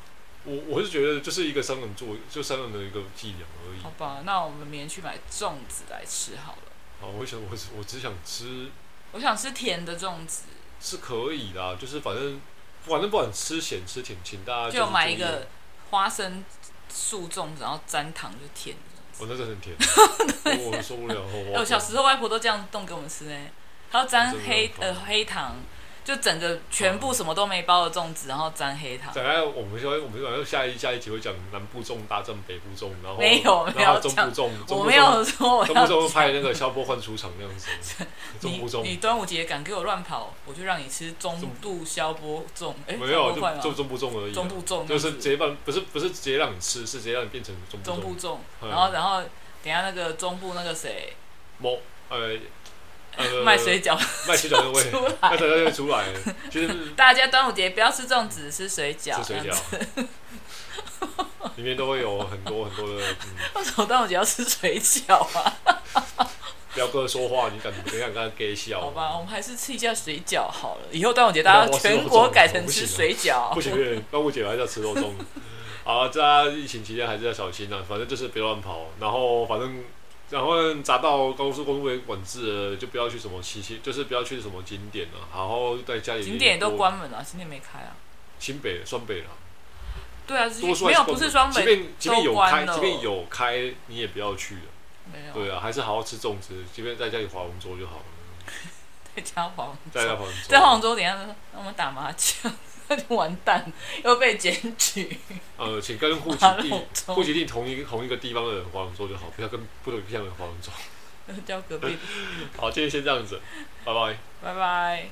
Speaker 1: 我我是觉得就是一个商人做，就商人的一个伎俩而已
Speaker 2: 好。吧，那我们明天去买粽子来吃好了。
Speaker 1: 好，我想我只我只想吃
Speaker 2: 我想吃甜的粽子，
Speaker 1: 是可以啦，就是反正反正不管吃咸吃甜，请大家
Speaker 2: 就
Speaker 1: 就是
Speaker 2: 买一
Speaker 1: 注意哦
Speaker 2: 个，花生素粽子，然后沾糖就甜
Speaker 1: 哦我、
Speaker 2: 哦的粽子。
Speaker 1: 那个很甜，我我受不了。
Speaker 2: 哎、我小时候外婆都这样冻给我们吃呢、还要沾
Speaker 1: 真的
Speaker 2: 黑
Speaker 1: 很
Speaker 2: 呃
Speaker 1: 棒
Speaker 2: 黑糖，就整个全部什么都没包的粽子，然后沾黑糖。
Speaker 1: 大概我们就我们晚上下一下一集会讲南部粽大战北部粽，然后
Speaker 2: 没有没有
Speaker 1: 然后中部
Speaker 2: 讲
Speaker 1: 粽，中部
Speaker 2: 我没
Speaker 1: 粽
Speaker 2: 有说我
Speaker 1: 中部
Speaker 2: 要
Speaker 1: 粽派那个消波换出场那样子，中
Speaker 2: 你
Speaker 1: 部粽
Speaker 2: 你端午节敢给我乱跑，我就让你吃中
Speaker 1: 中
Speaker 2: 度消波粽。哎，
Speaker 1: 没有
Speaker 2: 消波块
Speaker 1: 就就中
Speaker 2: 吗？
Speaker 1: 部粽而已啊，
Speaker 2: 中部粽
Speaker 1: 就是
Speaker 2: 这
Speaker 1: 直
Speaker 2: 样子
Speaker 1: 接让不是不是直接让你吃，是直接让你变成中部
Speaker 2: 中
Speaker 1: 粽
Speaker 2: 部粽，
Speaker 1: 嗯
Speaker 2: 然后然后等一下那个中部那个谁
Speaker 1: 某呃呃
Speaker 2: 卖水饺
Speaker 1: 卖水饺那 位，
Speaker 2: 出
Speaker 1: 卖
Speaker 2: 来，
Speaker 1: 水饺就出 来了，就是
Speaker 2: 大家端午节不要吃粽子，吃水饺。
Speaker 1: 吃水
Speaker 2: 这样子
Speaker 1: 饺， 里面都会有很多很多的嗯，
Speaker 2: 为什么哦端午节要吃水饺啊？
Speaker 1: 彪哥说话你敢你敢跟他 gay 笑？
Speaker 2: 好吧，我们还是吃一下水饺好了。以后端午节大家全国改成吃水饺
Speaker 1: 不。行，不行，端午节还是要吃肉 粽。好，大家疫情期间还是要小心啊，反正就是别乱跑，然后反正。然后呢匝道高速公路也管制了，就不要去什么七夕，就是不要去什么景点了、然后在家里
Speaker 2: 景点也都
Speaker 1: 多
Speaker 2: 关门了，景点没开啊。
Speaker 1: 新北、双北了，
Speaker 2: 对啊，就是
Speaker 1: 多数
Speaker 2: 没
Speaker 1: 还
Speaker 2: 有，
Speaker 1: 关
Speaker 2: 不是
Speaker 1: 门
Speaker 2: 双
Speaker 1: 即
Speaker 2: 北，
Speaker 1: 便即便有开，
Speaker 2: 都关了
Speaker 1: 即便有开，你也不要去了。
Speaker 2: 没有
Speaker 1: 对啊，还是好好吃粽子，即便在家里划龙舟就好了。
Speaker 2: 在家黄
Speaker 1: 在家划龙舟，
Speaker 2: 在杭州，等一下让我们打麻将， 那就完蛋，又被检举。
Speaker 1: 呃，请跟户籍
Speaker 2: 划
Speaker 1: 地
Speaker 2: 龙舟
Speaker 1: 户籍地同一同一个地方的人划龙舟就好，不要跟不同地方的人划龙舟。
Speaker 2: 叫隔壁，
Speaker 1: 好，今天先这样子，拜拜。
Speaker 2: 拜拜。